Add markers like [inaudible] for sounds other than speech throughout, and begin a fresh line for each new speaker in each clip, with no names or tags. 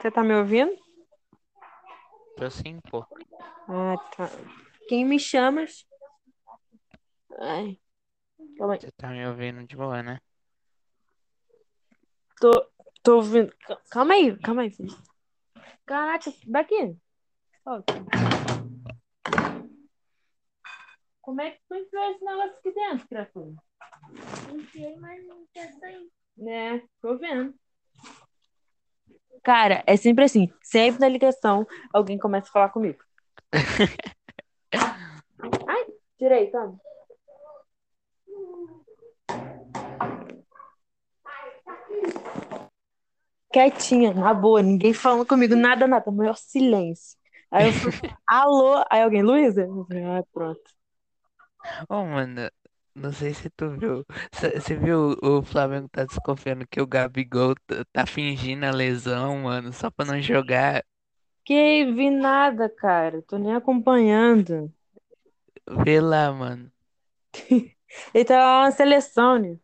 Você tá me ouvindo?
Tô sim, pô.
Ah, tá. Quem me chamas? Ai. Calma aí.
Você tá me ouvindo de boa, né?
Tô, tô ouvindo. Ca- Calma aí, calma aí, filho. Caraca, daqui. Ó. Como é que tu enfiou esse negócio aqui dentro, criatura?
Enfiei, mas não quer sair.
Né, tô vendo. Cara, é sempre assim. Sempre na ligação, alguém começa a falar [laughs] comigo. Ai, tirei, toma. Quietinha, na boa, ninguém falando comigo, nada, nada, maior silêncio. Aí eu
[laughs]
falei, alô, aí alguém, Luísa? Eu falei, Ah, pronto.
Ô, mano, não sei se tu viu. Você viu o Flamengo tá desconfiando que o Gabigol tá tá fingindo a lesão, mano, só pra não jogar.
Que vi nada, cara, tô nem acompanhando.
Vê lá, mano.
Ele tá lá na seleção, né?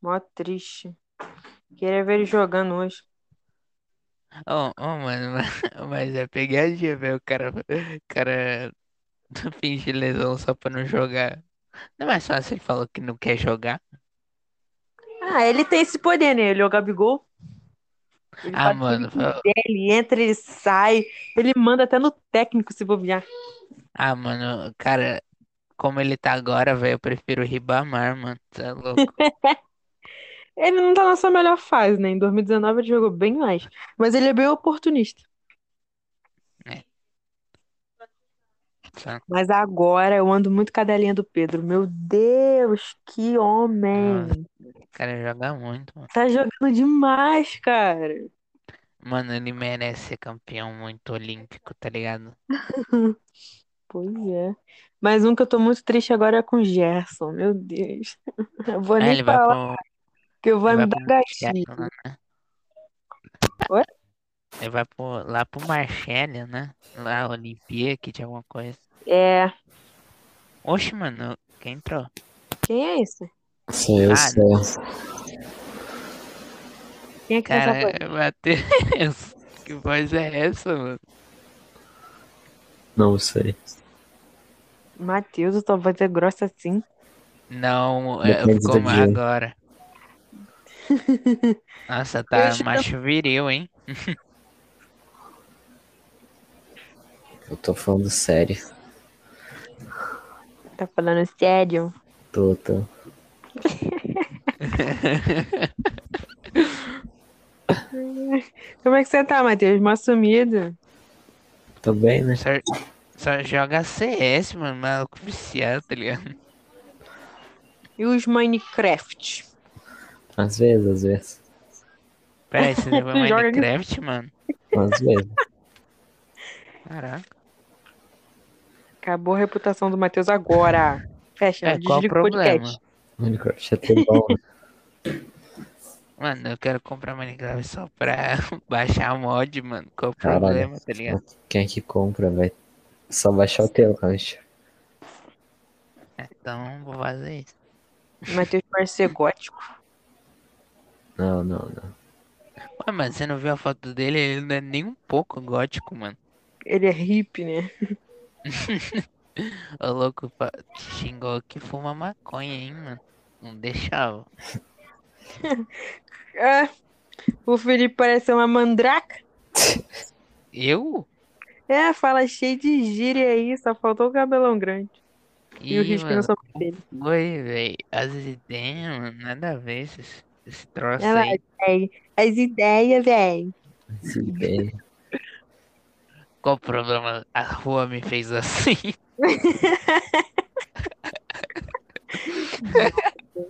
Mó triste. Queria ver ele jogando hoje.
Ô, ô, mano, [laughs] ma- mas é pegadinha, velho. O cara, o cara [laughs] fingir lesão só pra não jogar. Não é mais fácil ele falar que não quer jogar?
Ah, ele tem esse poder, né? Ele é o Gabigol. Ele
Ah,
faz
mano,
tudo que
fa-
quiser, ele entra, ele sai, ele manda até no técnico se bobear.
ah, mano, cara, como ele tá agora, velho, eu prefiro o Ribamar, mano. Você é louco. [laughs]
Ele não tá na sua melhor fase, né? Em 2019 ele jogou bem mais. Mas ele é bem oportunista.
É, tá.
Mas agora eu ando muito cadelinha do Pedro. Meu Deus, que
Nossa,
homem!
o cara joga muito, mano.
Tá jogando demais, cara.
Mano, ele merece ser campeão muito olímpico, tá ligado?
Pois é. Mas um que eu tô muito triste agora é com o Gerson. Meu Deus. [laughs] Eu vou
Ah,
nem
ele vai
falar,
pro.
porque vai
Ele
me
vai
dar
pro
gatilho.
Marcelo, né?
Oi?
Ele vai pro, lá pro Marcelo, né? Lá, Olimpíada, alguma coisa.
É.
Oxe, mano, quem entrou?
Quem é esse?
Sim, eu
Ah,
sei.
Quem é que tem essa
cara,
voz?
[laughs] Matheus, que voz é essa, mano?
Não sei.
Matheus, tua voz é grossa assim.
Não, é,
Depende
ficou
do
ma-
[laughs]
dia.
agora. Nossa,
Eu
tá
acho que
macho viril, hein?
Eu tô falando sério.
tá falando sério.
Tô, tô.
Como é que você tá, Matheus? Mó sumido.
Tô bem, né?
Só, só joga CS, mano, maluco viciado, tá ligado?
E os Minecraft?
Às vezes, às vezes.
[laughs]
Peraí, você levou
Joga-
Minecraft, mano?
Às vezes. [laughs]
Caraca.
Acabou a reputação do Matheus agora. Fecha, né?
É, qual o
desliga o podcast.
problema?
Minecraft é até bom. né?
Mano, eu quero comprar Minecraft só pra [laughs] baixar o mod, mano. Qual o
Caralho.
problema, tá ligado?
Quem é que compra, velho? Só baixar o teu, Rancho.
Então, vou fazer isso.
O Matheus parece ser gótico.
Não, não, não.
Ué, mano, você não viu a foto dele? Ele não é nem um pouco gótico, mano.
Ele é hippie, né?
O louco fa- xingou que fuma maconha, hein, mano. Não deixava.
Ah, o Felipe parece uma mandraca.
Eu?
É, fala cheio de gíria aí, só faltou o cabelão grande. E o
Ih,
risco na
mano,
sombra dele.
foi, velho. As ideias, mano, nada a ver esses, esse troço
Ela,
aí.
véi, as ideias, é. velho.
Se bem.
Qual o problema? A rua me fez assim. [laughs]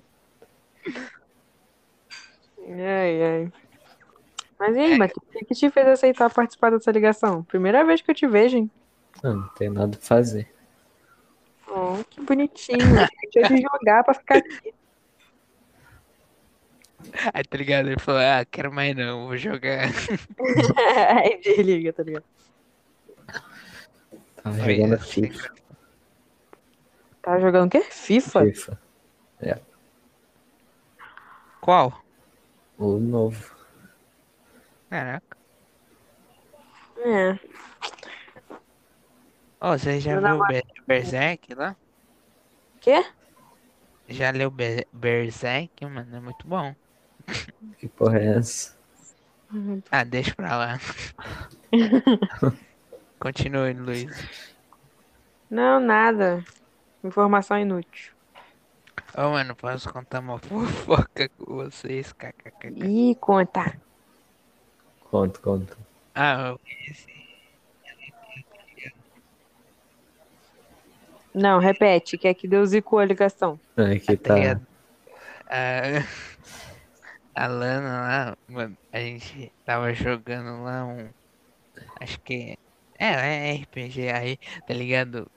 Ai, ai. Mas e aí, Matheus, o que que te fez aceitar participar dessa ligação? Primeira vez que eu te vejo, hein?
Não, não tem nada pra fazer.
Oh, que bonitinho. Deixa eu te jogar pra ficar.
Aí, tá ligado? Ele falou, ah, quero mais não, vou jogar.
Aí desliga, tá ligado?
Tava
Foi
Tá jogando
assim,
FIFA.
Tá jogando o quê? FIFA?
FIFA.
Qual?
O novo.
Caraca.
É.
Ó, você já
Meu
viu Be- Berserk lá?
Quê?
Já leu Be- Berserk, mano? É muito bom.
Que porra é essa?
Ah, deixa pra
[laughs]
lá. Continue, Luiz.
Não, nada. Informação inútil.
Ô, mano, posso contar uma fofoca com vocês? KKK.
Ih, conta.
Conto, conto.
Ah, eu-
Não, repete, que é que deu zicou a ligação.
Aqui
tá
tá.
ligado? A, a Lana lá, mano, a gente tava jogando lá um. Acho que. É, é RPG aí, tá ligado?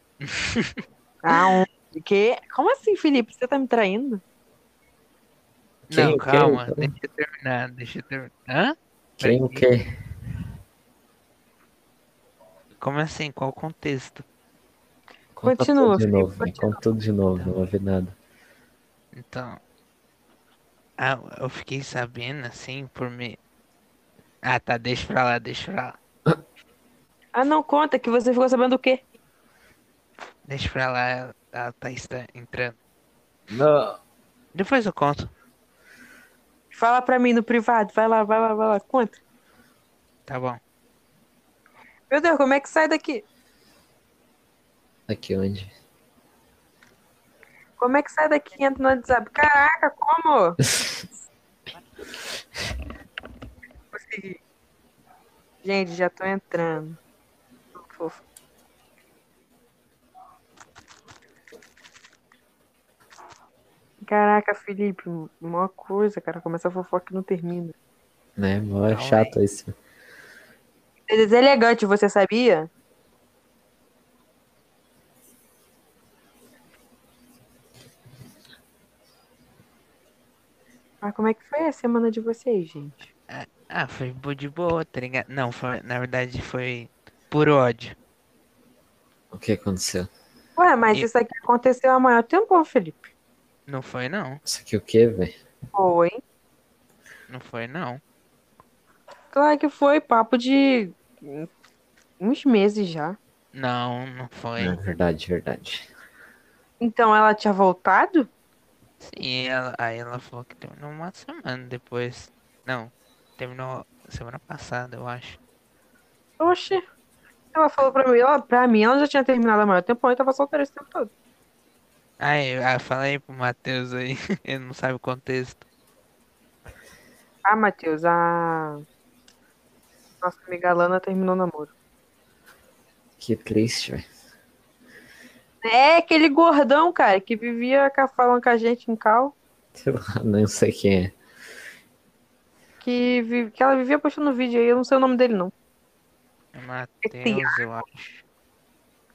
Ah, um. Que? Como assim, Felipe? Você tá me traindo?
Quem,
Não,
o quê?
calma, deixa eu terminar, deixa eu terminar. Hã?
Quem o quê?
Como assim? Qual o contexto?
Conta
Continua,
tudo de
Felipe,
novo. né? Conta tudo de novo, não ouvi nada.
Então. Ah, eu fiquei sabendo assim por mim. Ah, tá, deixa pra lá, deixa pra lá.
Ah, não, conta, que você ficou sabendo o quê?
Deixa pra lá, ela- ela tá estra- entrando.
Não.
Depois eu conto.
Fala pra mim no privado. Vai lá, vai lá, vai lá. Conta.
Tá bom.
Meu Deus, como é que sai daqui?
Aqui onde? [laughs]
Como é que sai daqui e entra no WhatsApp? Caraca, como? Consegui. Gente, já tô entrando. Fofo. Caraca, Felipe, mó coisa, cara. Começa a fofoca e não termina.
Né? Mó
Calma
chato isso.
É deselegante, você sabia? Mas como é que foi a semana de vocês, gente?
Ah, foi bo- de boa, tá ligado? Não, foi, na verdade foi por ódio.
O que aconteceu?
Ué, mas
E-
isso aqui aconteceu há maior tempo, Felipe.
Não foi não,
Isso aqui o quê, velho?
Foi.
não foi não.
Claro que foi, papo de hum, uns meses já.
Não, não foi.
Não, Ah, verdade, verdade.
Então ela tinha voltado?
Sim, ela, aí ela falou que terminou uma semana depois. Não, terminou semana passada, eu acho.
Oxi. Ela falou pra mim, ela, pra mim ela já tinha terminado há maior tempo, eu tava solteira esse tempo todo.
Aí, ah, fala aí pro Matheus aí, [laughs] ele não sabe o contexto.
Ah, Matheus, a nossa amiga Lana terminou o namoro.
Que triste, velho.
É aquele gordão, cara, que vivia ca- falando com a gente em cal,
Sei lá, [laughs] Não sei quem é.
que, vi- que ela vivia postando um vídeo aí, eu não sei o nome dele não.
É Matheus, eu acho.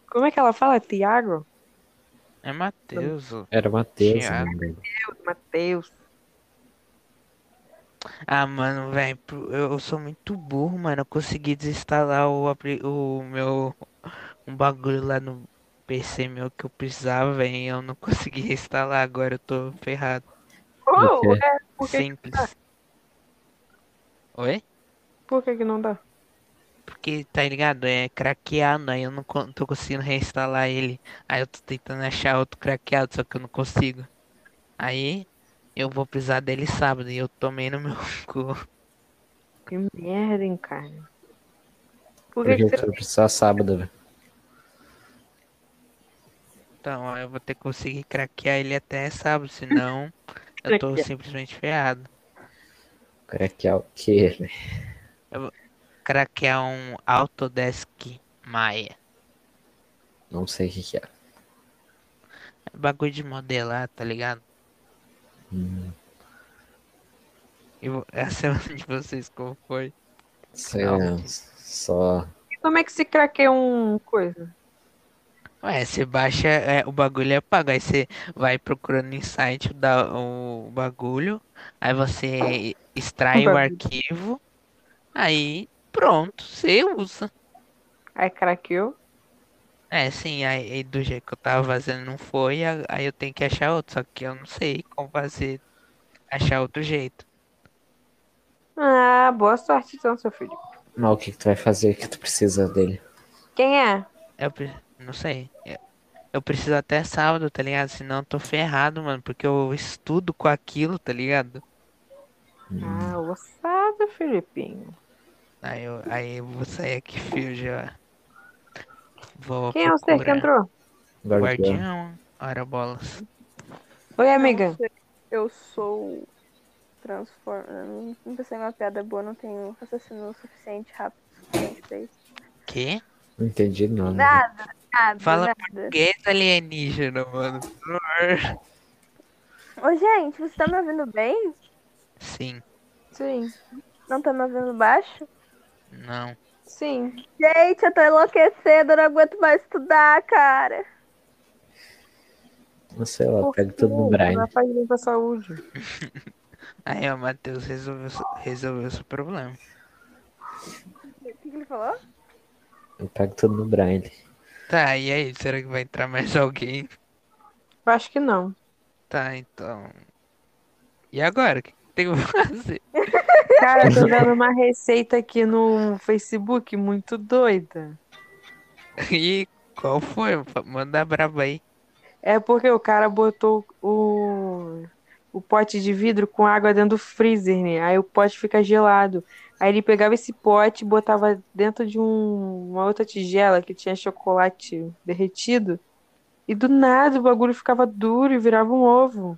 Como é que ela fala? Tiago?
É Matheus. ô.
Era o Matheus, né,
Thiago.
mano.
Matheus.
Ah, mano, velho, eu eu sou muito burro, mano. Eu consegui desinstalar o, apli- o meu. Um bagulho lá no PC meu que eu precisava, velho. e Eu não [laughs] consegui reinstalar agora, eu tô ferrado.
Oh,
quê?
é, por que,
Simples. Oi?
por que que não dá?
Porque, tá ligado? É craqueado, aí eu não con- tô conseguindo reinstalar ele. Aí eu tô tentando achar outro craqueado, só que eu não consigo. Aí eu vou precisar dele sábado e eu tomei no meu [laughs] cu.
Que merda, hein, cara. Por que, que
Por que
você...
tu precisar sábado, velho?
Então, aí eu vou ter que conseguir craquear ele até sábado, senão eu tô
Craquear.
simplesmente ferrado.
Craquear é o quê, velho?
Craquear um Autodesk Maya.
Não sei o que, que é.
É Bagulho de modelar, tá ligado?
Hum,
E vo- [laughs] a semana de vocês, como foi?
sei
Não.
lá. Só.
Como é que se craqueia um coisa?
Ué, você baixa, é, o bagulho é pago, aí você vai procurando em site da, o bagulho, aí você extrai
O
o
bagulho.
arquivo, aí pronto, você usa.
Aí craqueou.
É, sim, aí aí do jeito que eu tava fazendo não foi, a- aí eu tenho que achar outro, só que eu não sei como fazer achar outro jeito.
Ah, boa sorte então, seu filho.
Mas o que, que tu vai fazer que tu precisa dele?
Quem é?
Eu pre- não sei. Eu, eu preciso até sábado, tá ligado? Senão eu tô ferrado, mano, porque eu estudo com aquilo, tá ligado?
Hum.
Ah, ossado, Filipinho.
Aí eu, aí eu vou sair aqui, filho, já. Vou
Quem é o ser que
procurar.
entrou?
Guardião.
Guardião, ora bolas.
Oi, amiga.
Eu sou. Transforma. Não pensei numa piada boa, não tenho raciocínio suficiente rápido. suficiente pra isso.
Que?
Não entendi nada.
Nada, nada,
Fala
Ah, nada.
Que alienígena, mano?
Ô, gente, você tá me ouvindo bem?
Sim,
Sim,
Não tá me ouvindo baixo?
não.
sim.
Gente, eu tô enlouquecendo, eu não aguento mais estudar, cara.
Não sei lá,
Por
pega tudo no
quê?
Brian.
Ela faz bem pra saúde.
Aí o Matheus resolveu, seu- resolveu seu problema.
O que, que ele falou?
Eu pego tudo no Brian.
Tá, e aí? Será que vai entrar mais [laughs] alguém?
Eu acho que não. [laughs]
Tá, então. E agora? O que tem que fazer? [laughs]
Cara, eu tô vendo uma receita aqui no Facebook muito doida.
E qual foi? Manda a braba aí.
É porque o cara botou o, o pote de vidro com água dentro do freezer, né? Aí o pote fica gelado. Aí ele pegava esse pote e botava dentro de um- uma outra tigela que tinha chocolate derretido. E do nada o bagulho ficava duro e virava um ovo.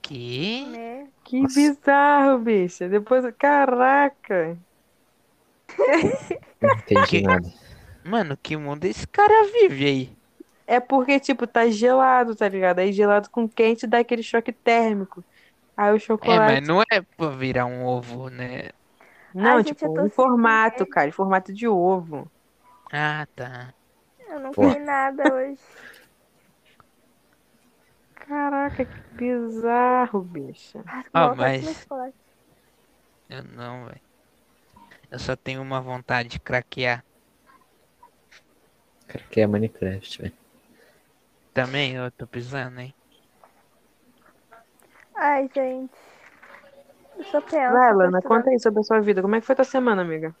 Que?
Né?
Que
Nossa.
bizarro, bicha. Depois, caraca.
Não entendi nada.
Mano, que mundo esse cara vive aí?
É porque, tipo, tá gelado, tá ligado? Aí gelado com quente dá aquele choque térmico. Aí o
É,
chocolate.
mas não é pra virar um ovo, né?
Não,
Ai, gente,
tipo,
eu tô
em
sem
formato,
ideia.
cara, em formato de ovo.
Ah, tá.
Eu não
Pô.
comi nada hoje.
Caraca, que bizarro, bicha.
Ó,
Volta
Ah, mas-
pra escola.
Eu não, velho. Eu só tenho uma vontade de craquear.
Cara, que é Minecraft, velho.
Também eu tô pisando, hein?
Ai, gente. Eu só penso.
Vai,
tô
Lana,
estudando.
conta aí sobre a sua vida. Como é que foi tua semana, amiga?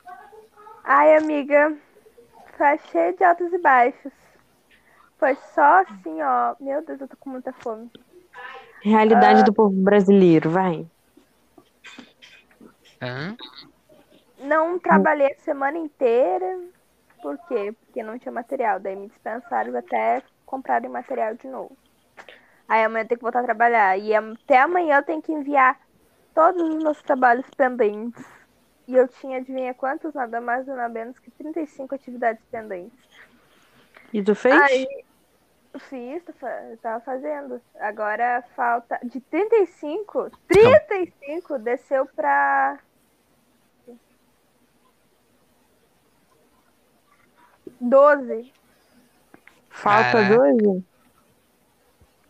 Ai, amiga, tá cheio de altos e baixos. Foi só assim, ó. Meu Deus, eu tô com muita fome.
Realidade do povo brasileiro, vai.
Hã?
Não trabalhei a semana inteira. Por quê? Porque não tinha material. Daí me dispensaram até comprarem material de novo. Aí amanhã eu tenho que voltar a trabalhar. E am- até amanhã eu tenho que enviar todos os meus trabalhos pendentes. E eu tinha, adivinha quantos? Nada mais, nada menos que 35 atividades pendentes.
E tu fez?
Aí, fiz, tô fa- eu tava fazendo. Agora falta. De 35, 35 desceu pra. Doze.
Falta
Caraca.
dois?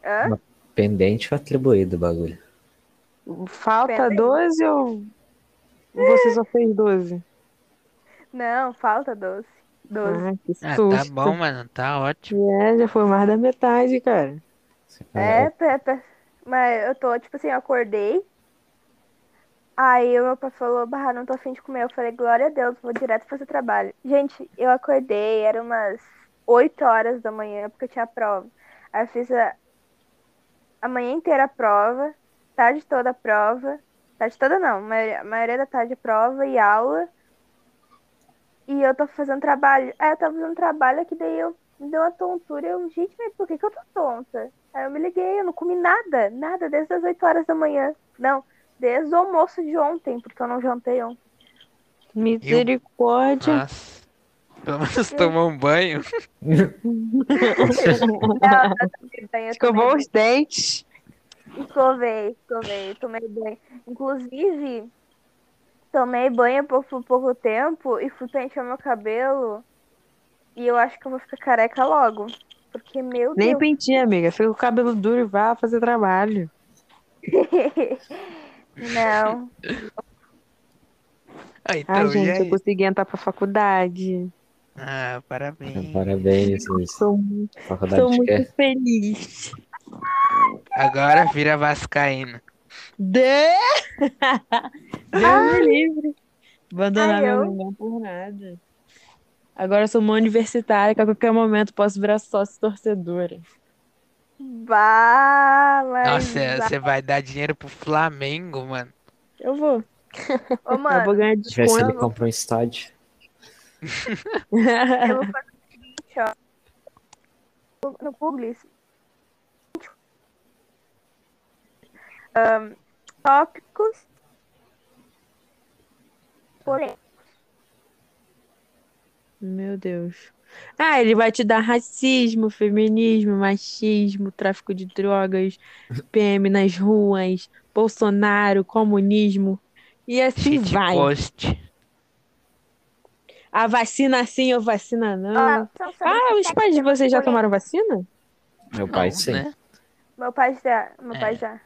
Hã?
Pendente ou atribuído o bagulho?
Falta
Pera aí.
12 ou você só fez 12?
Não, falta 12. 12.
Ah, que
Ah,
susto.
tá bom, mano. Tá ótimo.
É, já foi mais da metade, cara.
Você
É,
fala,
pe- pe- mas eu tô, tipo assim, eu acordei. Aí o meu pai falou, Barra, não tô afim de comer. Eu falei, glória a Deus, vou direto fazer trabalho. Gente, eu acordei, era umas 8 horas da manhã, porque eu tinha prova. Aí eu fiz a, a manhã inteira a prova, tarde toda a prova. Tarde toda não, a maioria, a maioria da tarde é prova e aula. E eu tô fazendo trabalho. Aí eu tava fazendo trabalho, é que daí eu me deu uma tontura. Eu, gente, mas por que, que eu tô tonta? Aí eu me liguei, eu não comi nada, nada, desde as 8 horas da manhã. Não, desde o almoço de ontem, porque eu não jantei ontem.
Misericórdia.
Nossa. Pelo [laughs] menos tomou um banho.
Não, eu tomei banho, eu tomei
Escovou os dentes.
Escovei, escovei, tomei banho. Inclusive, tomei banho por, por pouco tempo e fui pentear meu cabelo. E eu acho que eu vou ficar careca logo. Porque, meu
Nem
Deus.
pentinha, amiga. Fica com o cabelo duro e vá fazer trabalho.
Não.
Ah,
Ai,
então já
gente,
é.
eu consegui entrar pra faculdade.
Ah, parabéns.
Parabéns, Luiz.
Sou,
Faculdade
sou
de
muito
quê?
feliz.
Agora vira Vascaína.
De... Deus me livre. Abandonar
Ah! Ai,
meu
eu-
mingau por nada. Agora eu sou uma universitária que a qualquer momento posso virar sócio torcedora.
Bah, mas...
Nossa, é você vai dar dinheiro pro Flamengo, mano.
Eu vou.
Ô,
Eu vou
mano,
ganhar
Ver se ele
desconto.
compra um estádio.
eu vou fazer o seguinte, ó. No Publis. Ahn, tópicos. Porém,
[laughs] Meu Deus. Ah, ele vai te dar racismo, feminismo, machismo, tráfico de drogas, PM nas ruas, Bolsonaro, comunismo. E assim vai.
Shitpost.
A vacina sim ou vacina não.
ó, são só um
Ah, os pais de vocês já tomaram vacina?
Meu pai,
Não,
sim.
né?
Meu pai já. Meu pai
É.
já.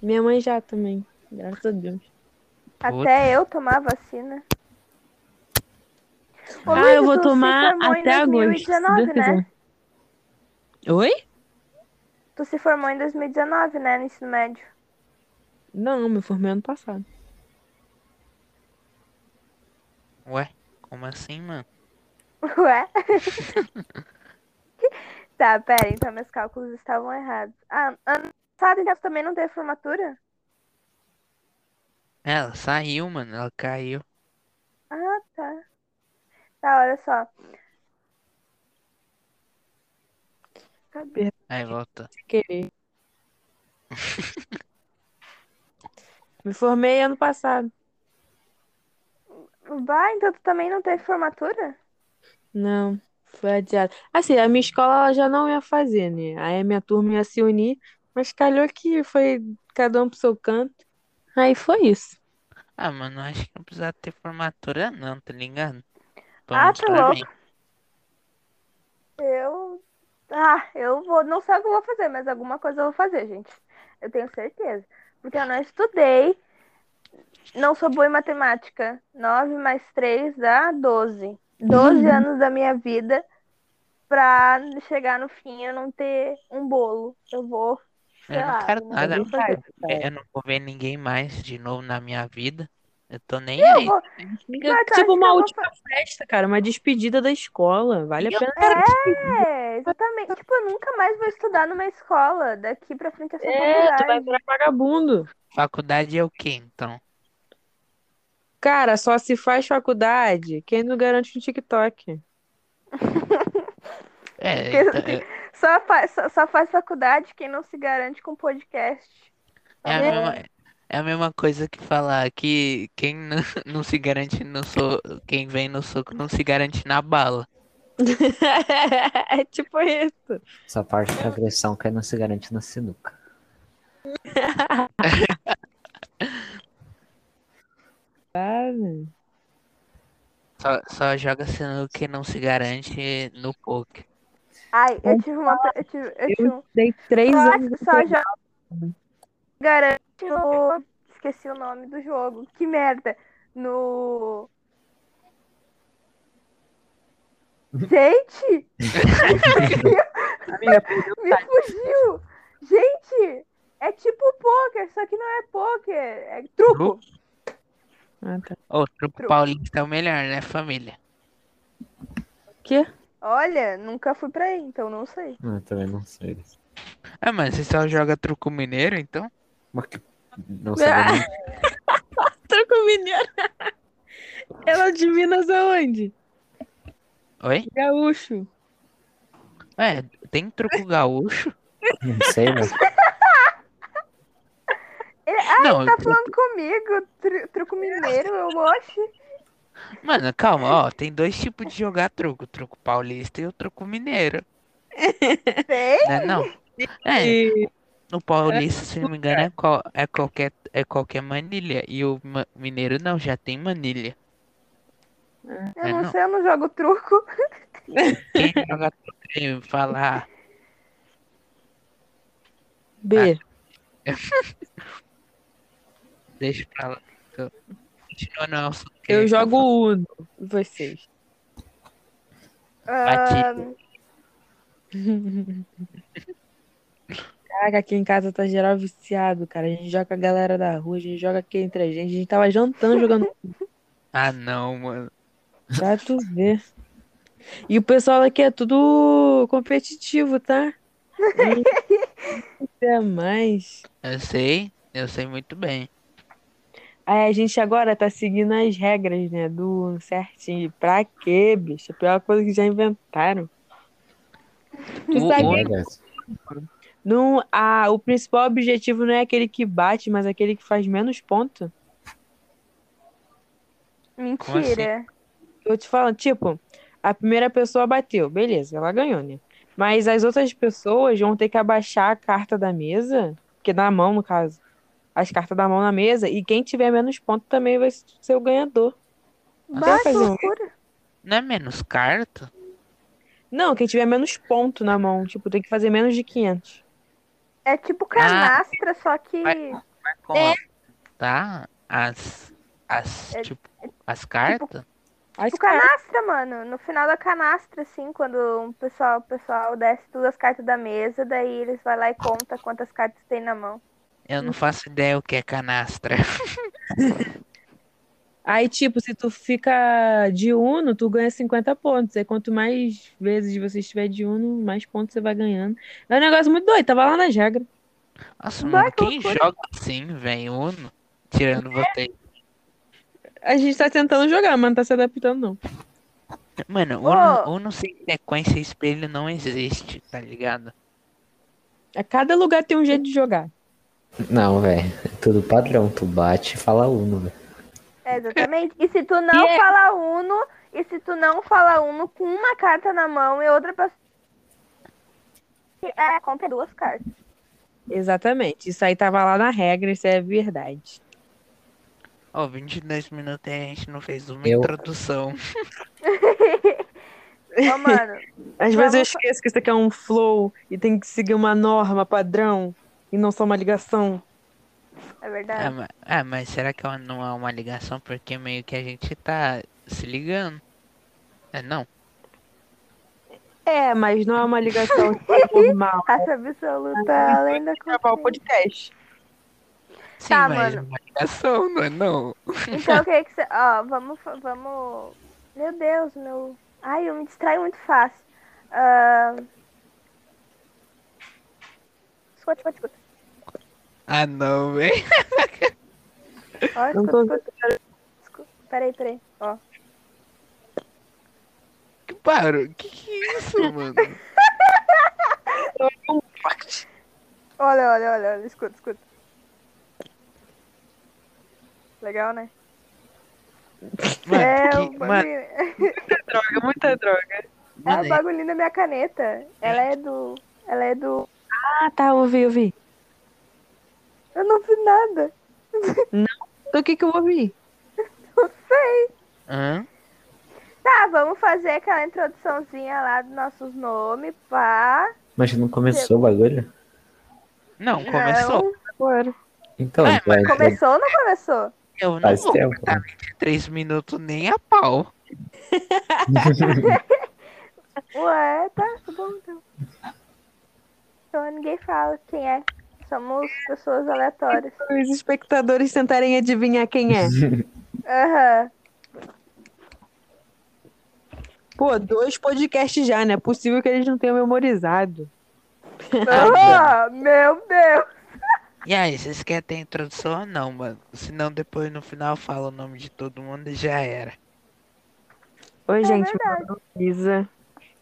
Minha mãe já também. Graças a Deus.
Até eu tomar vacina. Ô,
Ah,
Luiz,
eu vou
tu se
tomar
formou em
até agosto, se
2019,
Deus
né?
quiser. Oi?
Tu se formou em 2019, né? No ensino médio.
Não, me formei ano passado.
Ué, como assim, mano?
[laughs] Ué? tá, pera, então meus cálculos estavam errados. Ah, ano passado então tu também não teve formatura?
Ela saiu, mano. Ela caiu.
Ah, tá. Tá, olha só. Cadê?
Aí volta.
Sem querer. Me formei ano passado.
Vai, então tu também não teve formatura?
Não, foi adiado. Assim, a minha escola ela já não ia fazer, né? Aí a minha turma ia se unir, mas calhou que foi cada um pro seu canto. Aí foi isso.
Ah, mano, acho que não precisa ter formatura, não, tá ligado? Pelo
Ah,
menos
tá
pra mim.
Eu. Ah, eu vou. Não sei o que eu vou fazer, mas alguma coisa eu vou fazer, gente. Eu tenho certeza. Porque eu não estudei. Não sou boa em matemática. 9 mais 3 dá 12. 12 anos da minha vida pra chegar no fim e eu não ter um bolo. Eu vou. Sei
Eu não É,
lá,
quero
eu
nada,
vou fazer.
Eu não vou ver ninguém mais de novo na minha vida. Eu tô nem
Eu
aí.
vou. Mas eu acho
Tipo
que eu
uma
vou
última festa, cara, uma despedida da escola. Vale a
Eu-
pena.
É, exatamente. Tipo, eu nunca mais vou estudar numa escola. Daqui pra frente é só
É, tu vai
faculdade.
virar vagabundo.
Faculdade é o quê, então?
Cara, só se faz faculdade quem não garante um [laughs] TikTok.
[laughs]
É,
Que-
então, é-
assim, Só faz, só, só faz faculdade quem não se garante com podcast.
é a mesma, é a mesma coisa que falar que quem não, [laughs] não se garante no soco, quem vem no soco não se garante na bala.
É tipo isso.
Essa parte da agressão que não se garante na sinuca.
Sabe?
Só, só joga sendo quem não se garante no poker.
Ai, eu tive uma. Eu tive, eu tive um.
Dei três anos.
Só, só já. Garante o. Esqueci o nome do jogo. Que merda.
[laughs]
No. Gente!
Amiga, perdeu
Me fugiu! Gente! É tipo pôquer, só que não é pôquer. É truco.
Ah, tá.
Outro
Truco.
paulista é o melhor, né, família?
O quê?
Olha, nunca fui pra aí, então não sei.
Ah, também não sei.
Ah, mano, você só joga truco mineiro, então?
Mas que- Não sei. nem-
Troco mineiro. [laughs] Ela é de Minas aonde?
Oi?
Gaúcho.
É, tem truco gaúcho?
Não sei, mas
Não,
Tá falando comigo, tru- truco mineiro, eu oxe.
Mano, calma, ó, tem dois tipos de jogar truco, o truco paulista e o truco mineiro,
Tem?
né? Não. É,
E
no paulista, se não me engano, é, qual- é qualquer é qualquer manilha e o ma- mineiro não, já tem manilha.
Eu
É,
não,
não.
sei, eu não jogo truco.
Quem joga truco e falar
B.
deixa pra lá. então, Continua no assunto que
Eu
tô
jogo
falando.
Uno. E vocês?
Ah,
Caraca, aqui em casa tá geral viciado, cara. A gente joga a galera da rua, a gente joga aqui entre a gente. A gente tava jantando jogando
Ah, não, mano.
pra tu ver. E o pessoal aqui é tudo competitivo, tá? E- Até mais.
Eu sei, eu sei muito bem.
Aí a gente agora tá seguindo as regras, né? Do certinho. Pra quê, bicho? A pior coisa que já inventaram. Tu
O-
sabia
o-
Olha,
Não, ah, o principal objetivo não é aquele que bate, mas aquele que faz menos ponto.
assim,
Mentira.
Eu te falo, tipo, a primeira pessoa bateu, beleza, ela ganhou, né? Mas as outras pessoas vão ter que abaixar a carta da mesa, que na mão, no caso. As cartas da mão na mesa, e quem tiver menos ponto também vai ser o ganhador.
Bah, que
assim,
fazer um-
loucura.
Não é menos carta?
Não, quem tiver menos ponto na mão, tipo, tem que fazer menos de 500.
É tipo canastra, só que.
Ah, Vai- Vai com-
É.
Tá? As. As.
É-
Tipo. As cartas?
As
Tipo
cartas,
canastra, mano. No final da canastra, assim, quando o pessoal, o pessoal desce todas as cartas da mesa, daí eles vai lá e conta quantas cartas tem na mão.
Eu
Hum.
não faço ideia o que é canastra. [laughs]
Aí, tipo, se tu fica de uno, tu ganha 50 pontos. Aí, quanto mais vezes você estiver de uno, mais pontos você vai ganhando. É um negócio muito doido, tava lá nas regras.
Nossa,
Vai,
mano,
que
quem
loucura.
joga assim, velho? Uno? Tirando
É.
você.
A gente tá tentando jogar, mas não tá se adaptando, não.
Mano,
Ô.
Uno, Uno sem sequência e espelho não existe, tá ligado?
A cada lugar tem um jeito de jogar.
Não, velho. É tudo padrão. Tu bate e fala uno, velho.
É, exatamente.
[laughs]
E se tu não
E é-
fala uno, e se tu não fala uno com uma carta na mão e outra pessoa. É, compra duas cartas.
Exatamente. Isso aí tava lá na regra, isso é verdade.
Ó, 22 minutos e a gente não fez uma
Eu-
introdução.
Ô, mano,
Às vezes eu
Vamos-
esqueço que isso aqui é um flow e tem que seguir uma norma padrão e não só uma ligação.
é
Ah,
verdade.
ma- ah, mas será que é uma- não é uma ligação? Porque meio que a gente tá se ligando. É, não.
É, mas não é uma ligação [laughs] normal.
Raça absoluta, além da
Tá
Gravar o
consciência.
podcast.
Sim,
Tá,
mas é
mano.
uma ligação, não é não.
Então, o que é que você. Ó, vamos. fa- vamos... Meu Deus, meu. Ai, eu me distraio muito fácil. Ah, Escuta, escuta, escuta.
Ah, não, velho.
Ó,
Não
escuta,
tô-
escuta. escuta. Peraí, peraí. Ó.
Que paro? Que que é
[laughs]
isso, mano?
Olha, olha, olha, olha. Escuta, escuta. Legal, né?
Mano,
é, o
que- mano, hum,
bagulho...
Droga, muita droga.
é
mano,
o bagulhinho da minha caneta. Ela é do. Ela é do.
Ah, tá, ouvi, ouvi.
Eu não vi nada.
Então o que que eu ouvi?
hã?
Tá, vamos fazer aquela introduçãozinha lá dos nossos nomes, pá.
Mas não começou o bagulho?
Não, começou.
Não.
Agora.
Então,
É,
tu vai entrar
Começou ou não começou?
Eu não
faz
vou
tempo.
cortar 23 minutos nem a pau.
Ué, tá, tá bom então. Então ninguém fala quem é. Somos pessoas aleatórias.
Os espectadores tentarem adivinhar quem é.
Aham.
Pô, dois podcasts já, né? É possível que eles não tenham memorizado.
Tá
Ah, meu Deus!
[laughs] E aí, vocês querem ter introdução ou não, mano? Senão depois no final fala o nome de todo mundo e já era.
Oi, gente.
verdade.
Meu nome é Luísa.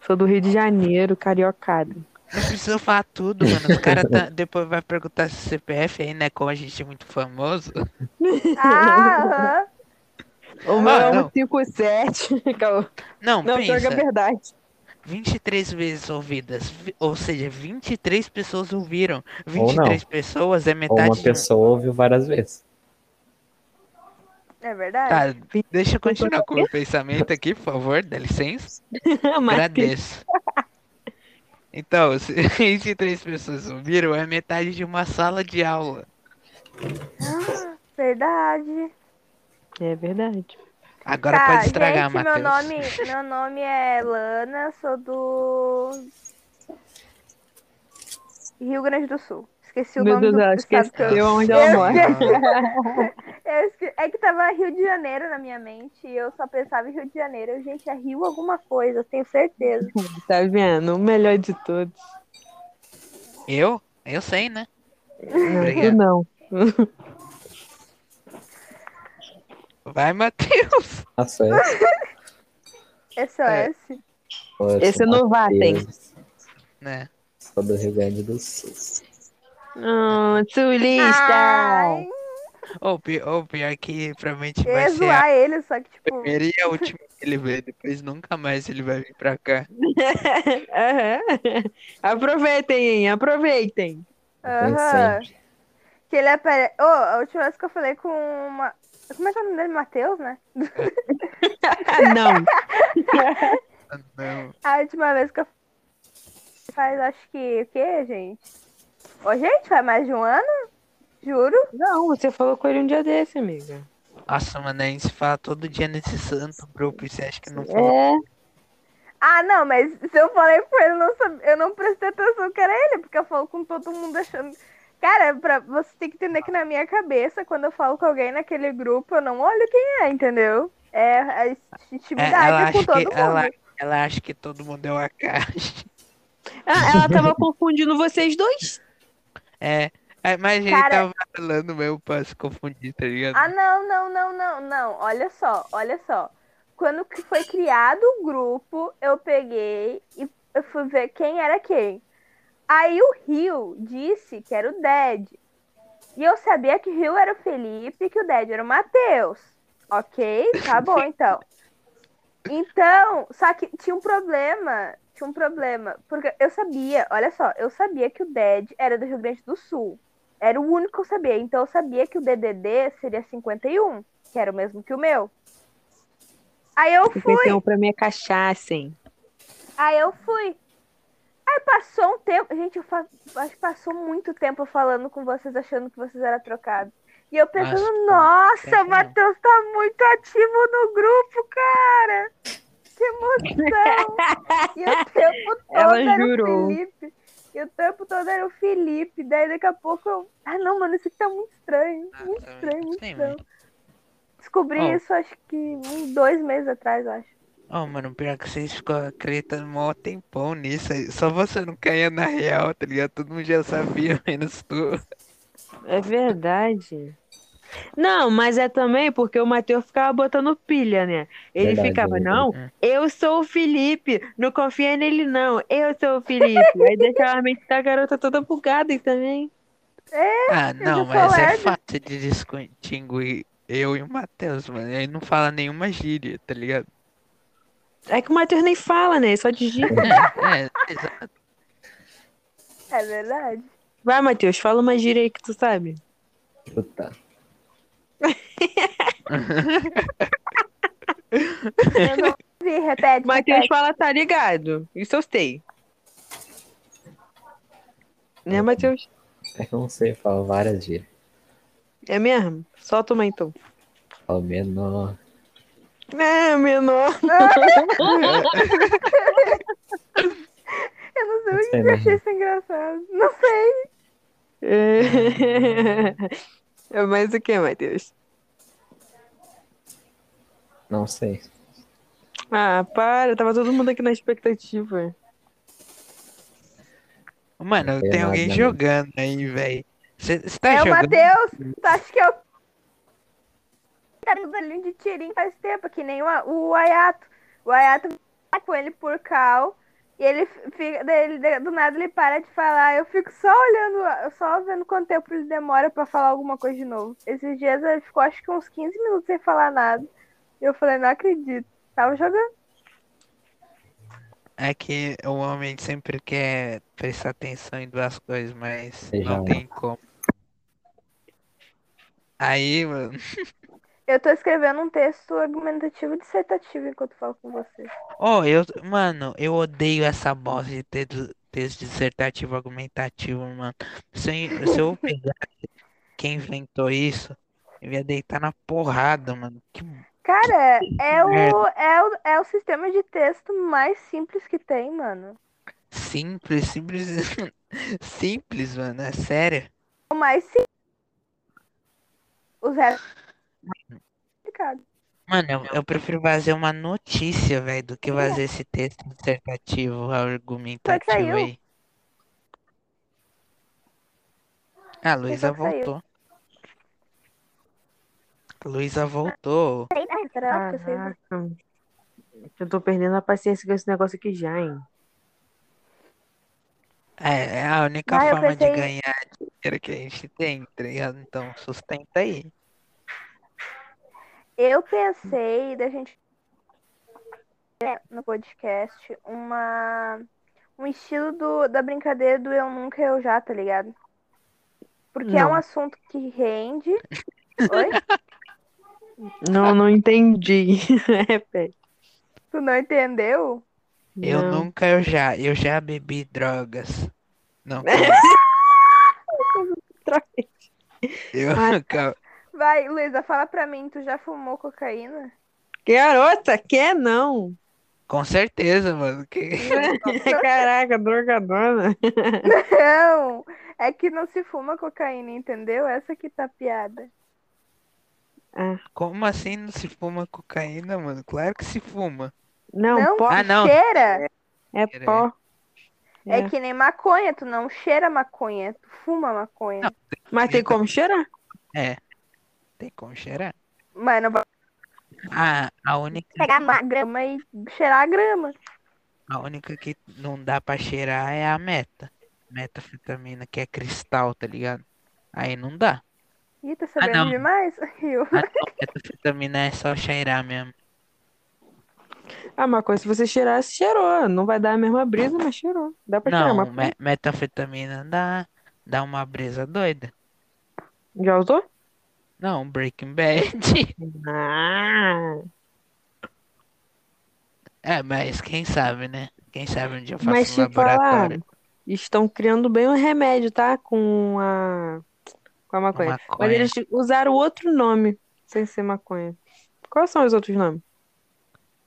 Sou do Rio de Janeiro, cariocada.
Não precisa falar tudo, mano. Os caras
[laughs]
tá- depois vai perguntar se o CPF aí, né? Como a gente é muito famoso.
Ah, aham.
O meu
Ah,
é
não.
um [laughs] 57. Calma.
Não,
Não,
pensa.
joga é [laughs] verdade.
23 vezes ouvidas. vi- Ou seja, 23 pessoas ouviram.
não.
23 pessoas é
Ou
metade
uma
de um.
pessoa ouviu várias vezes.
É verdade.
Tá, deixa eu continuar com o meu pensamento aqui, por favor. Dá licença.
Mas que
Agradeço. Então, se [laughs] 23 pessoas subiram, é metade de uma sala de aula.
Verdade.
é verdade.
Agora
tá,
pode estragar,
gente,
Matheus.
meu nome, meu nome é Lana, sou do. Rio Grande do Sul. Esqueci o
Meu
nome
Deus,
do,
ela
do estado que eu...
esqueceu onde ela
Eu
mora.
eu esque- É que tava Rio de Janeiro na minha mente e eu só pensava em Rio de Janeiro. Eu, Gente, é Rio alguma coisa, eu tenho certeza.
Tá vendo? O melhor de todos.
Eu? Eu sei, né?
Eu
Obrigado.
não.
Vai, Matheus.
Nossa, essa,
É SOS.
pô, eu
Esse é
sou
novato, hein?
Matheus,
Né?
Sou do Rio Grande do Sul.
Hum,
Ai,
Sulista!
Ou pi- ou pior que provavelmente
eu ia
vai ser a
zoar ele, só que tipo.
primeira e a última que ele vê. Depois nunca mais ele vai vir pra cá.
Aham. [laughs] aproveitem, hein? Aproveitem.
aham.
Sempre.
Que ele aparece. Ô, a última vez que eu falei com uma. Como é que é o nome dele? Matheus, né?
Ah, não.
Ah, Não.
A última vez que eu. Faz acho que. O quê, gente? Ô, gente, faz mais de um ano? Juro?
Não, você falou com ele um dia desse, amiga.
Nossa, mano, a gente se fala todo dia nesse santo grupo. Você acha que não fala?
É.
Ah, não, mas se eu falei com ele, eu não, sabia, eu não prestei atenção que era ele, porque eu falo com todo mundo achando. Cara, é pra, você tem que entender que na minha cabeça, quando eu falo com alguém naquele grupo, eu não olho quem é, entendeu? É a
É,
intimidade com todo mundo.
ela, ela acha que todo mundo é uma caixa. [laughs]
Ah, ela tava confundindo vocês dois.
É, é, mas ele
Cara-
tava falando mesmo pra se confundir, tá ligado?
Ah, não, não, não, não, não. Olha só, olha só. Quando que foi criado o grupo, eu peguei e eu fui ver quem era quem. Aí o Rio disse que era o Dead. E eu sabia que o Rio era o Felipe e que o Dead era o Matheus. Ok? Tá bom, então. Então, só que tinha um problema. Tinha um problema. Porque eu sabia, olha só, eu sabia que o Dead era do Rio Grande do Sul. Era o único que eu sabia. Então eu sabia que o DDD seria 51, que era o mesmo que o meu. Aí eu fui.
Então, pra mim é cachaça, hein?
Aí eu fui. Aí passou um tempo. Gente, eu fa- acho que passou muito tempo falando com vocês, achando que vocês eram trocados. E eu pensando,
Acho que é." não.
nossa,
Tempo
o Matheus tá muito ativo no grupo, cara! Que
[laughs]
emoção! e o tempo todo
Ela
era
jurou.
o Felipe. E o tempo todo era o Felipe. Daí daqui a pouco eu. Ah não, mano, isso aqui tá muito estranho.
Ah,
Muito
tá
estranho, muito
Sim,
estranho.
mano.
Descobri
Bom.
isso acho que uns dois meses atrás, eu acho.
Ó, mano, pior que vocês ficam acreditando mó tempão nisso aí. Só você não caia na real, tá ligado? Todo mundo já sabia, [laughs] menos tu.
É verdade. Não, mas é também porque o Matheus ficava botando pilha, né? Ele
Verdade,
ficava,
verdade.
não, eu sou o Felipe, não confia nele, não, eu sou o Felipe. Aí deixava a mente da garota toda bugada aí também.
Ah, não,
sou
mas é
lerdo.
fácil de distinguir eu e o Matheus, mano. Ele não fala nenhuma gíria, tá
[laughs]
ligado?
É que o Matheus nem fala, né? Ele Só digita.
É, é, exato.
É verdade.
Vai, Matheus, fala uma gíria aí que tu sabe.
Puta.
Eu não vi, repete.
Matheus
repete.
fala, tá ligado? Isso eu sei. Né, Matheus?
É que eu não sei, eu falo várias gírias.
É mesmo? Solta uma então.
Falo menor.
É, menor.
Eu não
Não
sei o que
sei,
eu achei
né?
isso engraçado. Não sei.
É [laughs] mais o que, Matheus?
Não sei.
Ah, para, tava todo mundo aqui na expectativa.
Mano,
sei
tem
nada,
alguém
mano.
jogando aí, velho. Você tá
É o
jogando?
Matheus. Tu acha que é o. Tá tudo ali de tirinho faz tempo, que nem o, A- o Ayato. O Ayato vai com ele por cal. E ele fica. daí ele- do nada ele para de falar. Eu fico só olhando, só vendo quanto tempo ele demora pra falar alguma coisa de novo. Esses dias ele ficou acho que uns 15 minutos sem falar nada. Eu falei, não acredito. Tava jogando.
É que o homem sempre quer prestar atenção em duas coisas, mas
Seja
não
uma.
tem como. Aí, mano.
Eu tô escrevendo um texto argumentativo e dissertativo enquanto falo com vocês.
Oh, eu, mano, eu odeio essa bosta de te- texto dissertativo argumentativo, mano. Se eu, se eu pegar quem inventou isso, eu ia deitar na porrada, mano. Que
Cara, é o,
merda.
é, o, é o sistema de texto mais simples que tem, mano.
Simples, simples. [laughs] Simples, mano, é sério.
O mais sim. Os restos. Complicado.
Mano, eu, eu prefiro fazer uma notícia, velho, do que fazer esse texto dissertativo, argumentativo
saiu.
aí. A Luísa
que saiu.
voltou. Luísa voltou.
Será que É, eu sei?
Caraca. Eu tô perdendo a paciência com esse negócio aqui já, hein?
É, é a única
Vai, Ah, eu
forma de
pensei-
ganhar dinheiro que a gente tem, tá ligado? Então sustenta aí.
Eu pensei da gente é, no podcast uma um estilo do, da brincadeira do eu nunca eu já, tá ligado? Porque é
Não.
um assunto que rende. Oi?
Não, não entendi. [laughs] É Repete.
Tu não entendeu?
Eu
Não.
nunca, eu já, eu já bebi drogas.
[laughs]
Não, eu
Ah.
nunca.
Vai, Luísa, fala pra mim, tu já fumou cocaína?
Garota, quer
[laughs]
não?
Com certeza, mano. Que... [laughs]
Caraca, drogadona.
Não! É que não se fuma cocaína, entendeu? Essa que tá a piada.
Como assim não se fuma cocaína, mano? Claro que se fuma.
Não,
Não?
pó
Ah, não.
Cheira!
é pó.
É.
É.
que nem maconha, tu não cheira maconha, tu fuma maconha.
Mas tem como cheirar?
Tem como cheirar?
Mas não vai
Ah, a única,
pegar uma grama e cheirar a grama.
a única que não dá pra cheirar é a meta. Metafetamina, que é cristal, tá ligado? Aí não dá.
Ih, tá sabendo
Ah, não.
demais? [laughs] Rio.
Ah, não, metafetamina é só cheirar mesmo.
Ah, uma coisa, se você cheirar, cheirou. Não vai dar a mesma brisa, mas cheirou. Dá pra cheirar.
Não,
é, Mas...
me- metafetamina dá, dá uma brisa doida. é-
Já usou?
Não, Breaking Bad. [laughs]
Ah,
É, mas quem sabe, né? Quem sabe onde eu faço
mas tipo, ah,
um
te falar,
laboratório.
estão criando bem um remédio, tá? Com a, com a maconha. Mas
Maconha.
eles usaram outro nome, sem ser maconha. Quais são os outros nomes?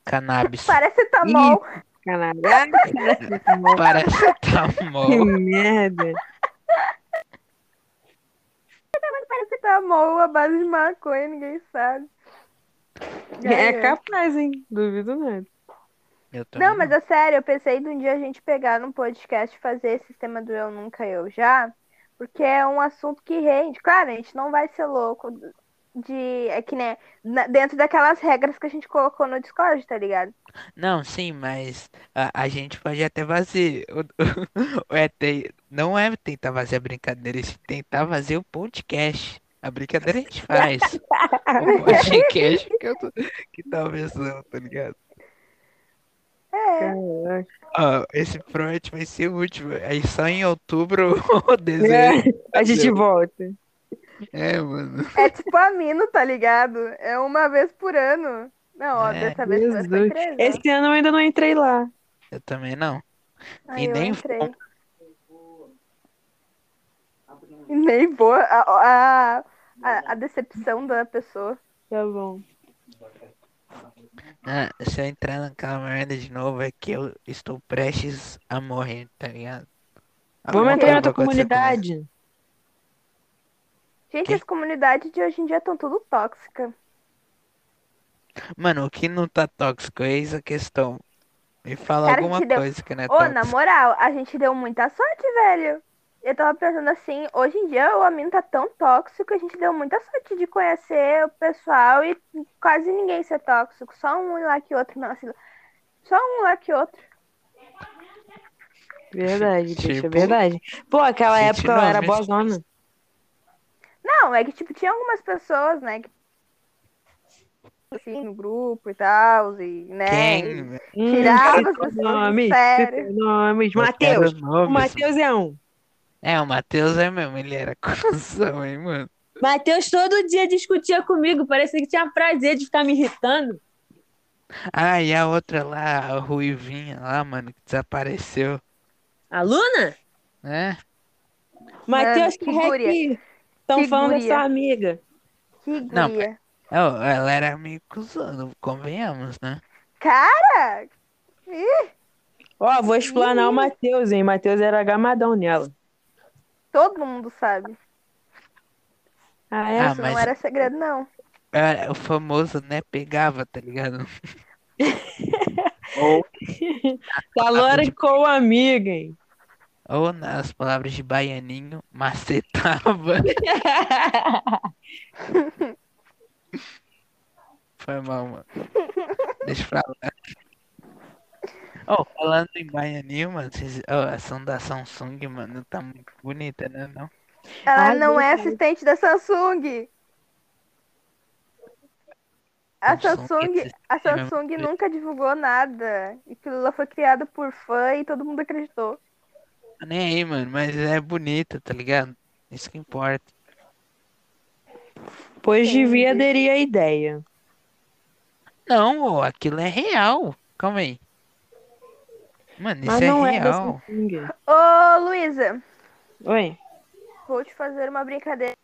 Cannabis.
Parece tá mal.
[laughs] Caraca,
tá
[laughs]
que
Paracetamol.
merda.
Parece tá mal a base de maconha, ninguém sabe.
É
É,
Ai, ai.
capaz, hein? Duvido nada.
Eu também
Não, mas é sério, eu pensei de um dia a gente pegar num podcast e fazer esse tema do Eu Nunca Eu Já, porque é um assunto que rende. Claro, a gente não vai ser louco de. É que né, na- dentro daquelas regras que a gente colocou no Discord, tá ligado?
Não, sim, mas a, a gente pode até fazer. o- [laughs] o- é te- Não é tentar fazer a brincadeira, é tentar fazer o podcast. A brincadeira a gente faz.
[laughs]
O podcast que, eu tô... que talvez não, tá ligado?
É.
Caraca.
Ó, esse Proet vai ser o último. Aí só em outubro [laughs] o desenho.
É, [laughs] a gente volta.
É, mano.
É tipo amino, tá ligado? É uma vez por ano. Não, ó,
É.
dessa vez
Jesus.
foi três. né?
Esse ano eu ainda não entrei lá.
Eu também não.
Ai,
e
eu
nem
entrei.
vou.
E nem vou. A, a, a, a decepção da pessoa.
Tá bom.
Ah, se eu entrar naquela merda de novo, é que eu estou prestes a morrer, tá ligado?
Vamos
Alguma
entrar na outra
coisa Ah, vai acontecer comigo.
comunidade.
Gente,
Que?
as comunidades de hoje em dia estão tudo tóxicas.
Mano, o que não tá tóxico? Eis a questão. Me fala
Cara, a
alguma
gente deu-
coisa que não é
Ô, na
tóxica.
moral, a gente deu muita sorte, velho. Eu tava pensando assim, hoje em dia o amino tá tão tóxico que a gente deu muita sorte de conhecer o pessoal e quase ninguém ser tóxico. Só um lá que outro, não, assim, só um lá que outro.
Verdade, bicho,
Tipo-
é verdade. Pô, aquela
Gente,
época ela
não,
era
gente.
bozona.
Não, é que tipo, tinha algumas pessoas, né, que assim, no grupo e tal, e, né, e
Quem?
Hum,
tirava as
[laughs] citou
pessoas do
nomes,
sério.
citou nomes.
Eu
Matheus.
quero
O
nomes.
Matheus é um.
É, o Matheus é mesmo. Ele era [laughs] cuzão, hein, mano.
Matheus todo dia discutia comigo, parecia que tinha prazer de ficar me irritando.
Ah, e a outra lá, a Ruivinha lá, mano, que desapareceu.
Aluna?
Né?
Matheus,
que
que é
guria.
que estão
Que
falando da
guria.
sua amiga?
Que
Não,
guria.
Oh, ela era meio cuzona, convenhamos, né?
Cara,
Ó, vou explanar o Matheus, hein? Matheus era gamadão nela.
Todo mundo sabe.
Ah,
Ah,
é?
Isso não
mas-
era segredo, não.
Era o famoso, né? Pegava, tá ligado? ou, Ah,
Calora com amiga, hein?
ou, nas palavras de baianinho, macetava. Foi mal, mano. Deixa pra lá. Oh, falando em baianinho, mano, vocês- ó, a ação da Samsung, mano, tá muito bonita, né? Não?
Ela
Ah,
não é
verdade.
assistente da Samsung. A
Samsung
Samsung, a
assistente, né?
Samsung nunca divulgou nada. E Aquilo lá foi criado por fã e todo mundo acreditou.
Tá Nem aí, mano, mas é bonita, tá ligado? Isso que importa.
Pois
Entendi.
devia aderir à ideia.
Não, ô, aquilo é real. Calma aí. Mano, isso
Mas
é
não é da
real.
Samsung.
Ô, Luísa,
Oi.
vou te fazer uma brincadeira.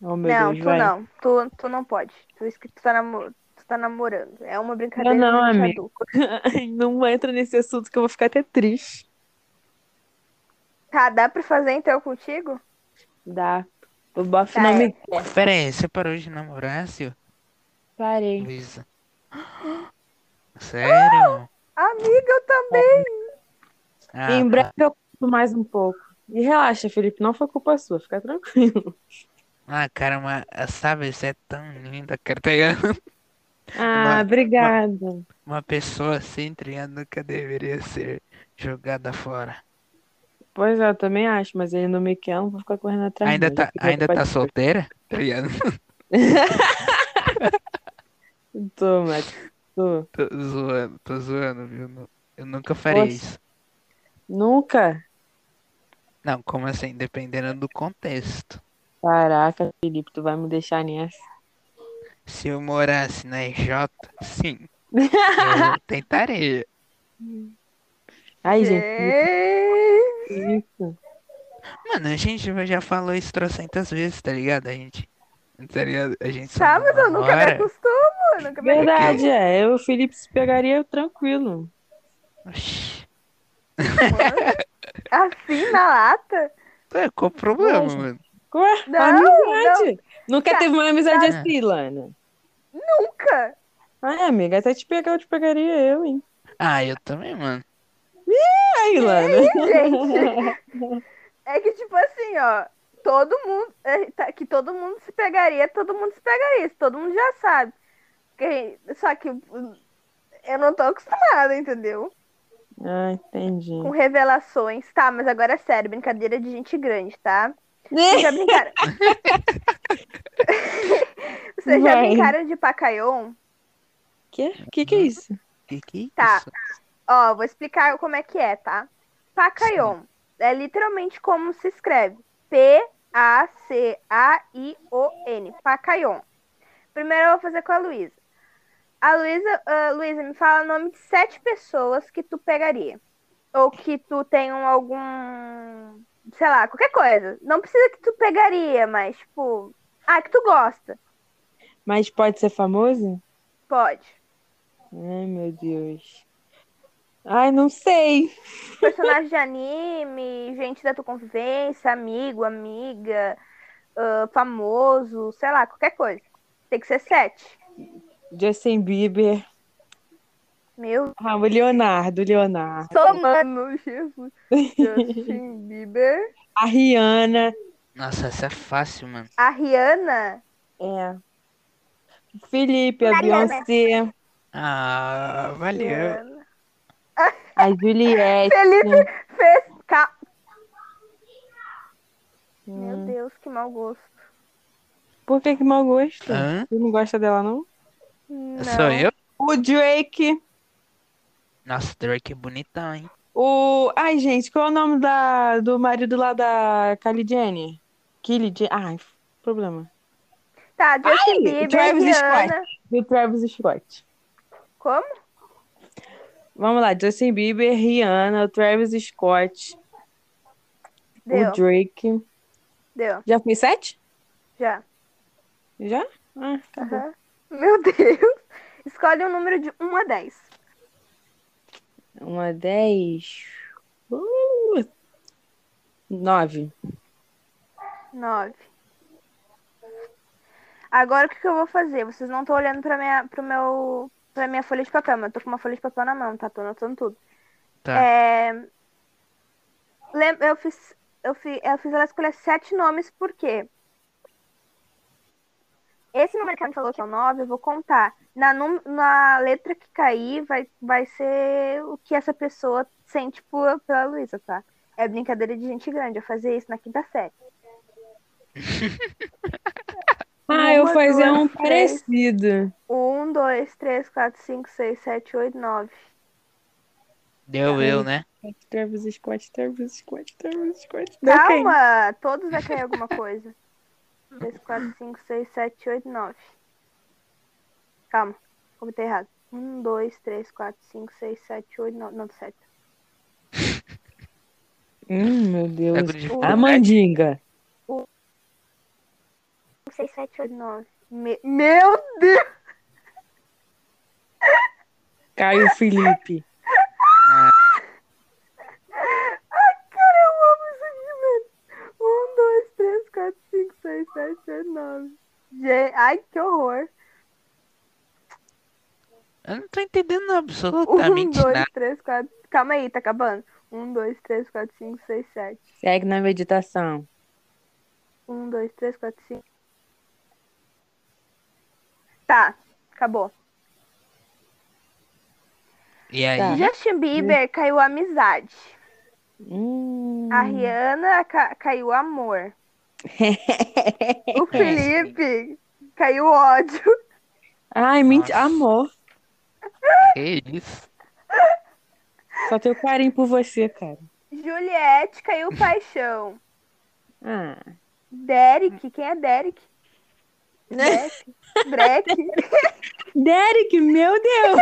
Oh, meu
não,
Deus,
tu
vai.
não. Tu, tu não pode. Tu, disse que tu, tá namo- tu tá namorando. É uma brincadeira
não,
muito
amigo.
adulta.
[laughs] Não entra nesse assunto que eu vou ficar até triste.
Tá, dá pra fazer então contigo?
Dá. O bofe
Tá,
não
é.
me
Pera aí, você parou de namorar, seu
parei.
Luísa? Sério?
Amiga, eu também.
Ah,
em
tá.
breve eu conto mais um pouco. E relaxa, Felipe, não foi culpa sua, fica tranquilo.
Ah, cara, mas, sabe, você é tão linda, cara. Tá ligado?
Ah,
Mas-
obrigada.
Uma pessoa assim, tá ligado? Nunca deveria ser jogada fora.
Pois é, eu também acho, mas ele não me quer, eu não vou ficar correndo atrás.
Ainda
não.
tá,
Eu
ainda tá
quero-
solteira? Tá ligado? [laughs]
Tô, Matheus, tô.
Tô zoando, tô zoando, viu? Nu- Eu nunca faria
Poxa.
isso.
Nunca?
Não, como assim? Dependendo do contexto.
Caraca, Felipe, tu vai me deixar nessa.
Se eu morasse na EJ, sim. Eu tentaria.
Ai, gente,
Gente.
isso.
Mano, a gente já falou isso trocentas vezes, tá ligado? A gente. Tá ligado? A gente só
Tá,
não
mas eu nunca me
namora.
acostumo. Nunca me
Verdade, é. Eu, o Felipe se pegaria tranquilo.
Oxi.
Assim na lata?
Ué, Qual o problema,
Lógico.
mano?
Ué,
Não,
amizade. Nunca
Tá,
teve uma amizade
tá.
assim, Lana.
Nunca.
Ai, amiga, até te pegar, eu te pegaria eu, hein?
Ah, eu também, mano.
Ai, Lana.
Gente. É que tipo assim, ó. Todo mundo. é, tá- Que todo mundo se pegaria, todo mundo se pegaria. Isso todo mundo já sabe. Que- Só que uh, eu não tô acostumada, entendeu?
Ah, entendi.
Com revelações. Tá, mas agora é sério, brincadeira de gente grande, tá? Vocês já brincaram. [laughs] Vocês já
Vai.
brincaram de Pacaion?
Que? Que que é isso?
Que que é
Tá.
isso?
Ó, vou explicar como é que é, tá? Pacaion é literalmente como se escreve. P-A-C-A-I-O-N. Pacaion. Primeiro eu vou fazer com a Luísa. A Luísa, ah, Luísa, me fala o nome de sete pessoas que tu pegaria. Ou que tu tenham algum. Sei lá, qualquer coisa. Não precisa que tu pegaria, mas, tipo. Ah, que tu gosta.
Mas pode ser famoso?
Pode.
Ai, meu Deus. Ai, não sei.
personagem de anime, gente da tua convivência, amigo, amiga, ah, famoso, sei lá, qualquer coisa. Tem que ser sete.
Justin Bieber.
Meu
Ah, o Leonardo, Leonardo.
somando, Jesus. Justin Bieber.
A Rihanna.
Nossa, essa é fácil, mano.
A Rihanna.
É. O Felipe, a
Mariana.
Beyoncé.
Ah, valeu.
Rihanna.
A Juliette.
Felipe fez. ca- Meu
Hum.
Deus, que mau gosto.
Por que que mau gosto?
Hã?
Tu não gosta dela, não?
Não.
Sou É eu?
O Drake.
Nossa, Drake é bonitão, hein?
O... Ai, gente, qual é o nome da... do marido lá da Kylie Jenner? Kylie Jenner. Ai, problema.
Tá, Justin
Ai,
Bieber,
Travis
Rihanna.
Do Travis Scott.
Como?
Vamos lá, Justin Bieber, Rihanna, o Travis Scott,
Deu,
o Drake.
deu,
Já foi sete?
já.
Já? Ah, acabou.
[laughs] um Aham. Meu Deus. Escolhe um número de 1 a 10.
Uma dez. Uh, nove.
Nove. Agora o que, que eu vou fazer? Vocês não estão olhando pra minha, pro meu, pra minha folha de papel, mas eu tô com uma folha de papel na mão, tá? Tô anotando tudo.
Tá.
É... lem- Eu, fiz, eu, fiz, eu fiz ela escolher sete nomes, por quê? Esse número que ela me falou que é o nove, eu vou contar. Na, num- na letra que cair, vai, vai ser o que essa pessoa sente por, pela Luísa, tá? É brincadeira de gente grande, eu fazia isso na quinta série.
Ah, eu
Uma,
fazia
duas,
um
três.
parecido.
Um, dois, três, quatro, cinco, seis, sete, oito, nove. Tá.
Deu eu, né?
Quatro, três vezes quatro, três vezes quatro, três vezes quatro. Deu quem?
Calma! Todos vai cair
[laughs]
alguma coisa. Um, 3, 4, 5, 6, 7, 8, 9. Calma, comentei errado. 1, 2, 3, 4, 5, 6, 7, 8, 9. Não, 7.
Hum, meu
Tá
Deus.
com
A mandinga.
6, 7, 8.
8, 9. Me... Meu Deus!
Caio Felipe.
Cara, eu amo Um, isso aqui, velho. 1, 2, 3, 4, 5, 6, 7, 8, 9. Gente, ai, que horror.
Eu não tô entendendo
Um,
absolutamente
dois,
nada.
três, quatro. Calma aí, tá acabando. Um, dois, três, quatro, cinco, seis, sete.
Segue na meditação.
Um, dois, três, quatro, cinco. Tá, acabou.
E aí?
Tá.
Justin Bieber caiu amizade.
Hum.
A Rihanna ca- caiu amor.
É,
o Felipe caiu ódio.
[laughs] Ai, mentira.
Nossa.
Amor.
Tá.
Que é isso?
Só tenho carinho por você, cara.
Juliette caiu paixão.
Ah.
Derek, quem é Derek? Derek?
[laughs]
Derek?
Derek, meu Deus.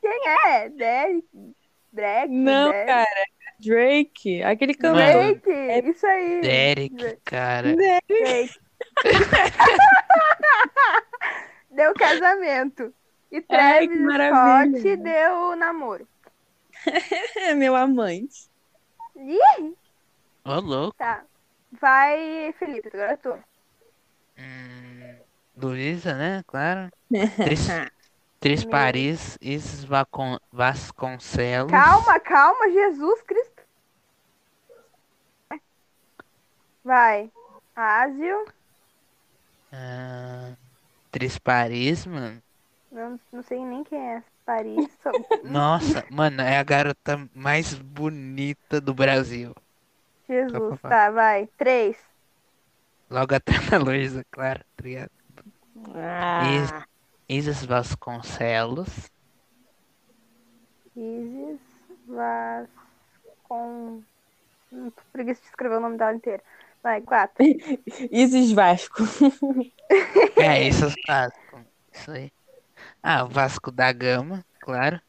Quem é? Derek? Derek?
Não,
Derek?
cara. É Drake. Aquele cantor.
Mano,
Drake? Isso aí.
Derek, cara. né?
Drake. [laughs] deu casamento. E
Ai, que
Travis
maravilha.
Scott deu namoro.
É meu amante.
Ô, louco.
Tá. Vai, Felipe, agora é tu.
Hum, Luísa, né? Claro. Tris, Tris
Meu.
Paris, Isis Vacon- Vasconcelos.
Calma, calma, Jesus Cristo. Vai. Ásio.
Ah, Tris Paris, mano.
Não, não sei nem quem é. Paris. sou-
[laughs]
Nossa, mano, é a garota mais bonita do Brasil.
Jesus.
Tá,
Tá, vai. Três.
Logo atrás da Luísa, claro. tá ligado?
Ah.
Isis Vasconcelos.
Isis Vascon. Hum, tô com preguiça de escrever o nome dela inteiro. Vai, quatro.
Isis Vasco.
É, isso é o Vasco. Isso aí. Ah, o Vasco da Gama, claro.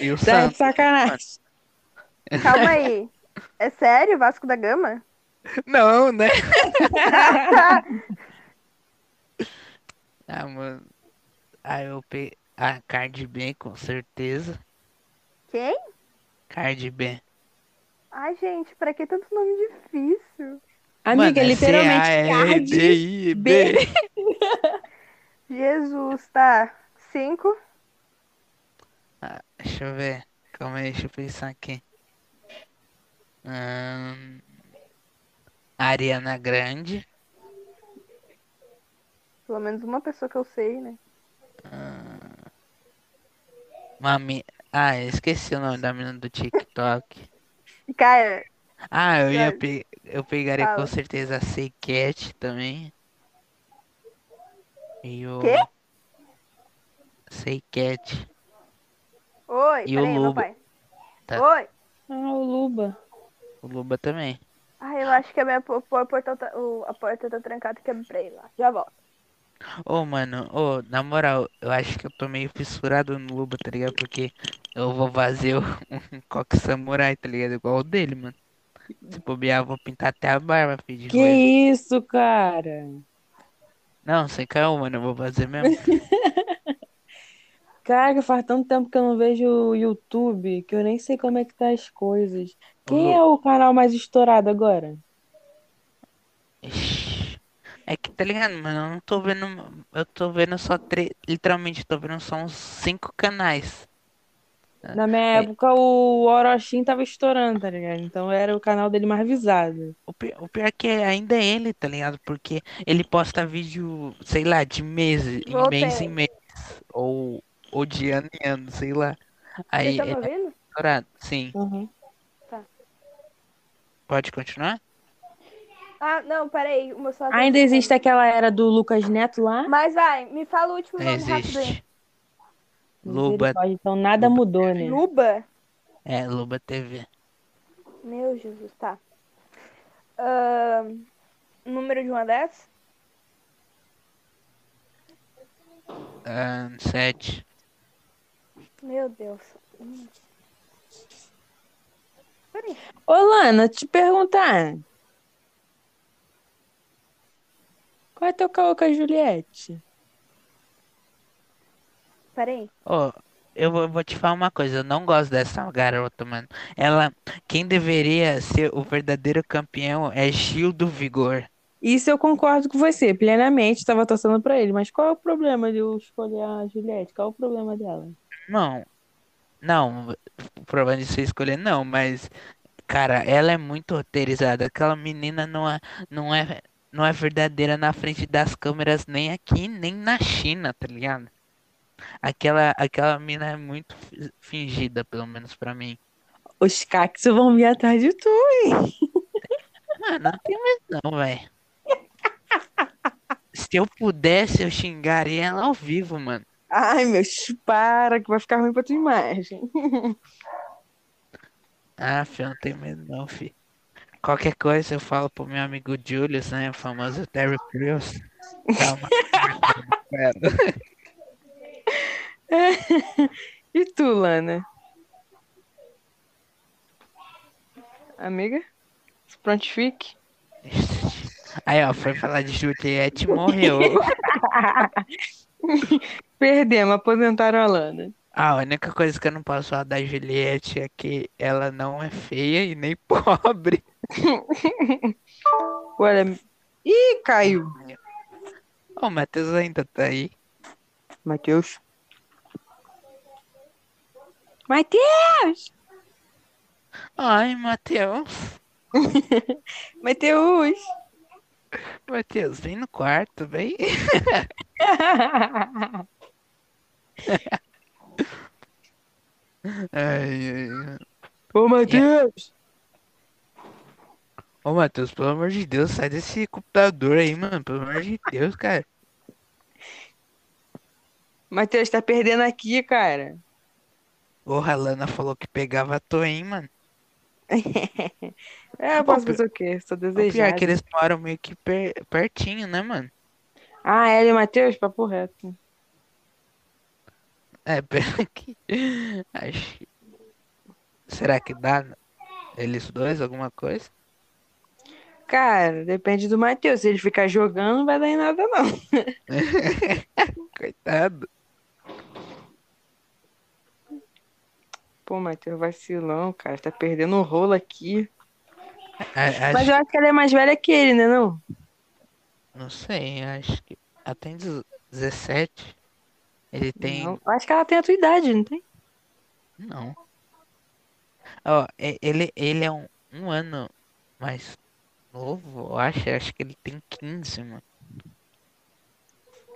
E o
Tá de
Santos.
sacanagem.
Calma aí. É sério, Vasco da Gama?
Não, né?
Tá.
[laughs] Ah, mano. Ah, eu pe... Ah, Cardi B, com certeza.
Quem?
Cardi B.
Ai, gente, pra que tanto nome difícil?
Amiga,
Mano, é
literalmente Cardi
C-A-R-D-I-B.
Jesus, tá. Cinco.
Deixa eu ver. Calma aí, deixa eu pensar aqui. Ahn, Ariana Grande.
Pelo menos uma pessoa que eu sei, né?
Mami... Ah, eu esqueci o nome da menina do TikTok.
Cara,
Ah, eu ia
Sério?
pe... eu pegaria com
Fala.
certeza a Sequete também. E o.
Quê?
Sequete.
oi,
E o
peraí, meu
Lobo?
pai.
Tá.
Oi.
Ah, o Luba.
O Luba também.
Ai, eu acho que a minha po- po- o portão tá, o- a porta tá trancada, quebrei lá. Já volto.
Ô, mano, ô, na moral, eu acho que eu tô meio fissurado no Luba, tá ligado? Porque eu vou fazer um [laughs] coque samurai, tá ligado? Igual o dele, mano. Se bobear, eu vou pintar até a barba, filho de
Que
coisa.
isso, cara?
Não, sem calma, mano, eu vou fazer mesmo.
Caraca, faz tanto tempo que eu não vejo o YouTube que eu nem sei como é que tá as coisas. Quem
Lu-
é o canal mais estourado agora?
Ixi. É que tá ligado, mano? Eu não tô vendo. Eu tô vendo só três. Literalmente, eu tô vendo só uns cinco canais. Ah,
Na
é.
minha época, o Orochin tava estourando, tá ligado? Então era o canal dele mais visado.
O pi- o pior é que ainda é ele, tá ligado? Porque ele posta vídeo, sei lá, de meses, em
Voltei.
mês em mês. Ou, ou de ano em ano, sei lá.
Vocês
Aí
estão me
ele é
ouvindo?
estourado. Sim,
Uhum.
pode continuar?
Ah, não, peraí. O meu celular tá
Ainda
tocando.
existe aquela era do Lucas Neto lá?
Mas vai, me fala o último nome rápido aí.
Existe. Luba,
Misericórdia, Então nada
Luba.
mudou, né?
Luba?
é, Luba TV.
Meu Jesus, tá. Ahn, número de uma dessas?
Ah, sete.
Meu Deus.
Ô, Lana, te perguntar. Qual é teu caô com a Juliette?
Peraí.
Ô, eu vou, vou te falar uma coisa, eu não gosto dessa garota, mano. Ela, quem deveria ser o verdadeiro campeão é Gil do Vigor.
Isso eu concordo com você, plenamente. Estava torcendo pra ele, mas qual é o problema de eu escolher a Juliette? Qual é o problema dela?
Não, não, o problema de você escolher não, mas, cara, ela é muito roteirizada. Aquela menina não é, não é, não é verdadeira na frente das câmeras, nem aqui, nem na China, tá ligado? Aquela, aquela mina é muito fi- fingida, pelo menos pra mim.
Os cactos vão vir atrás de tu.
Mano, não tem mais não, velho. [laughs] Se eu pudesse, eu xingaria ela ao vivo, mano.
Ai, meu, sh- para, que vai ficar ruim pra tua imagem.
Ah, filho, não tem medo não, fi. Qualquer coisa eu falo pro meu amigo Julius, né? O famoso Terry Crews. Dá uma conversada com ela.
E tu, Lana? Amiga? Prontifique?
[laughs] Aí, ó, foi falar de Juliette e morreu.
Perdemos, aposentaram a Lana.
A única coisa que eu não posso falar da Juliette é que ela não é feia e nem [laughs] pobre.
Olha. Ih, caiu.
Ó, o Matheus ainda tá aí.
Matheus. Matheus!
Ai, Matheus.
Matheus!
Matheus, vem no quarto, vem. É, Ai, ai, ai.
Ô, Matheus!
Ô, Matheus, pelo amor de Deus, sai desse computador aí, mano. Pelo amor de Deus, cara.
Matheus, tá perdendo aqui, cara.
Porra, a Lana falou que pegava à toa, hein, mano.
É, eu posso fazer o quê? Sou
O pior é
desejado.
que eles moram meio que per- pertinho, né, mano?
Ah, ela e o Matheus? Papo reto.
É, [laughs] pera que. Acho. que- Será que dá eles dois alguma coisa?
Cara, depende do Matheus. Se ele ficar jogando, não vai dar em nada, não.
Coitado.
Pô, Matheus, vacilão, cara. Tá perdendo um rolo aqui.
A-
Mas
acho-
eu acho que ela é mais velha que ele, né, não?
Não sei, acho que. Ela tem 17. Ele tem.
Não. Eu acho que ela tem a tua idade, não tem?
Não. Ó, e- ele, ele é um, um ano mais novo, eu acho. eu Acho que ele tem 15, mano.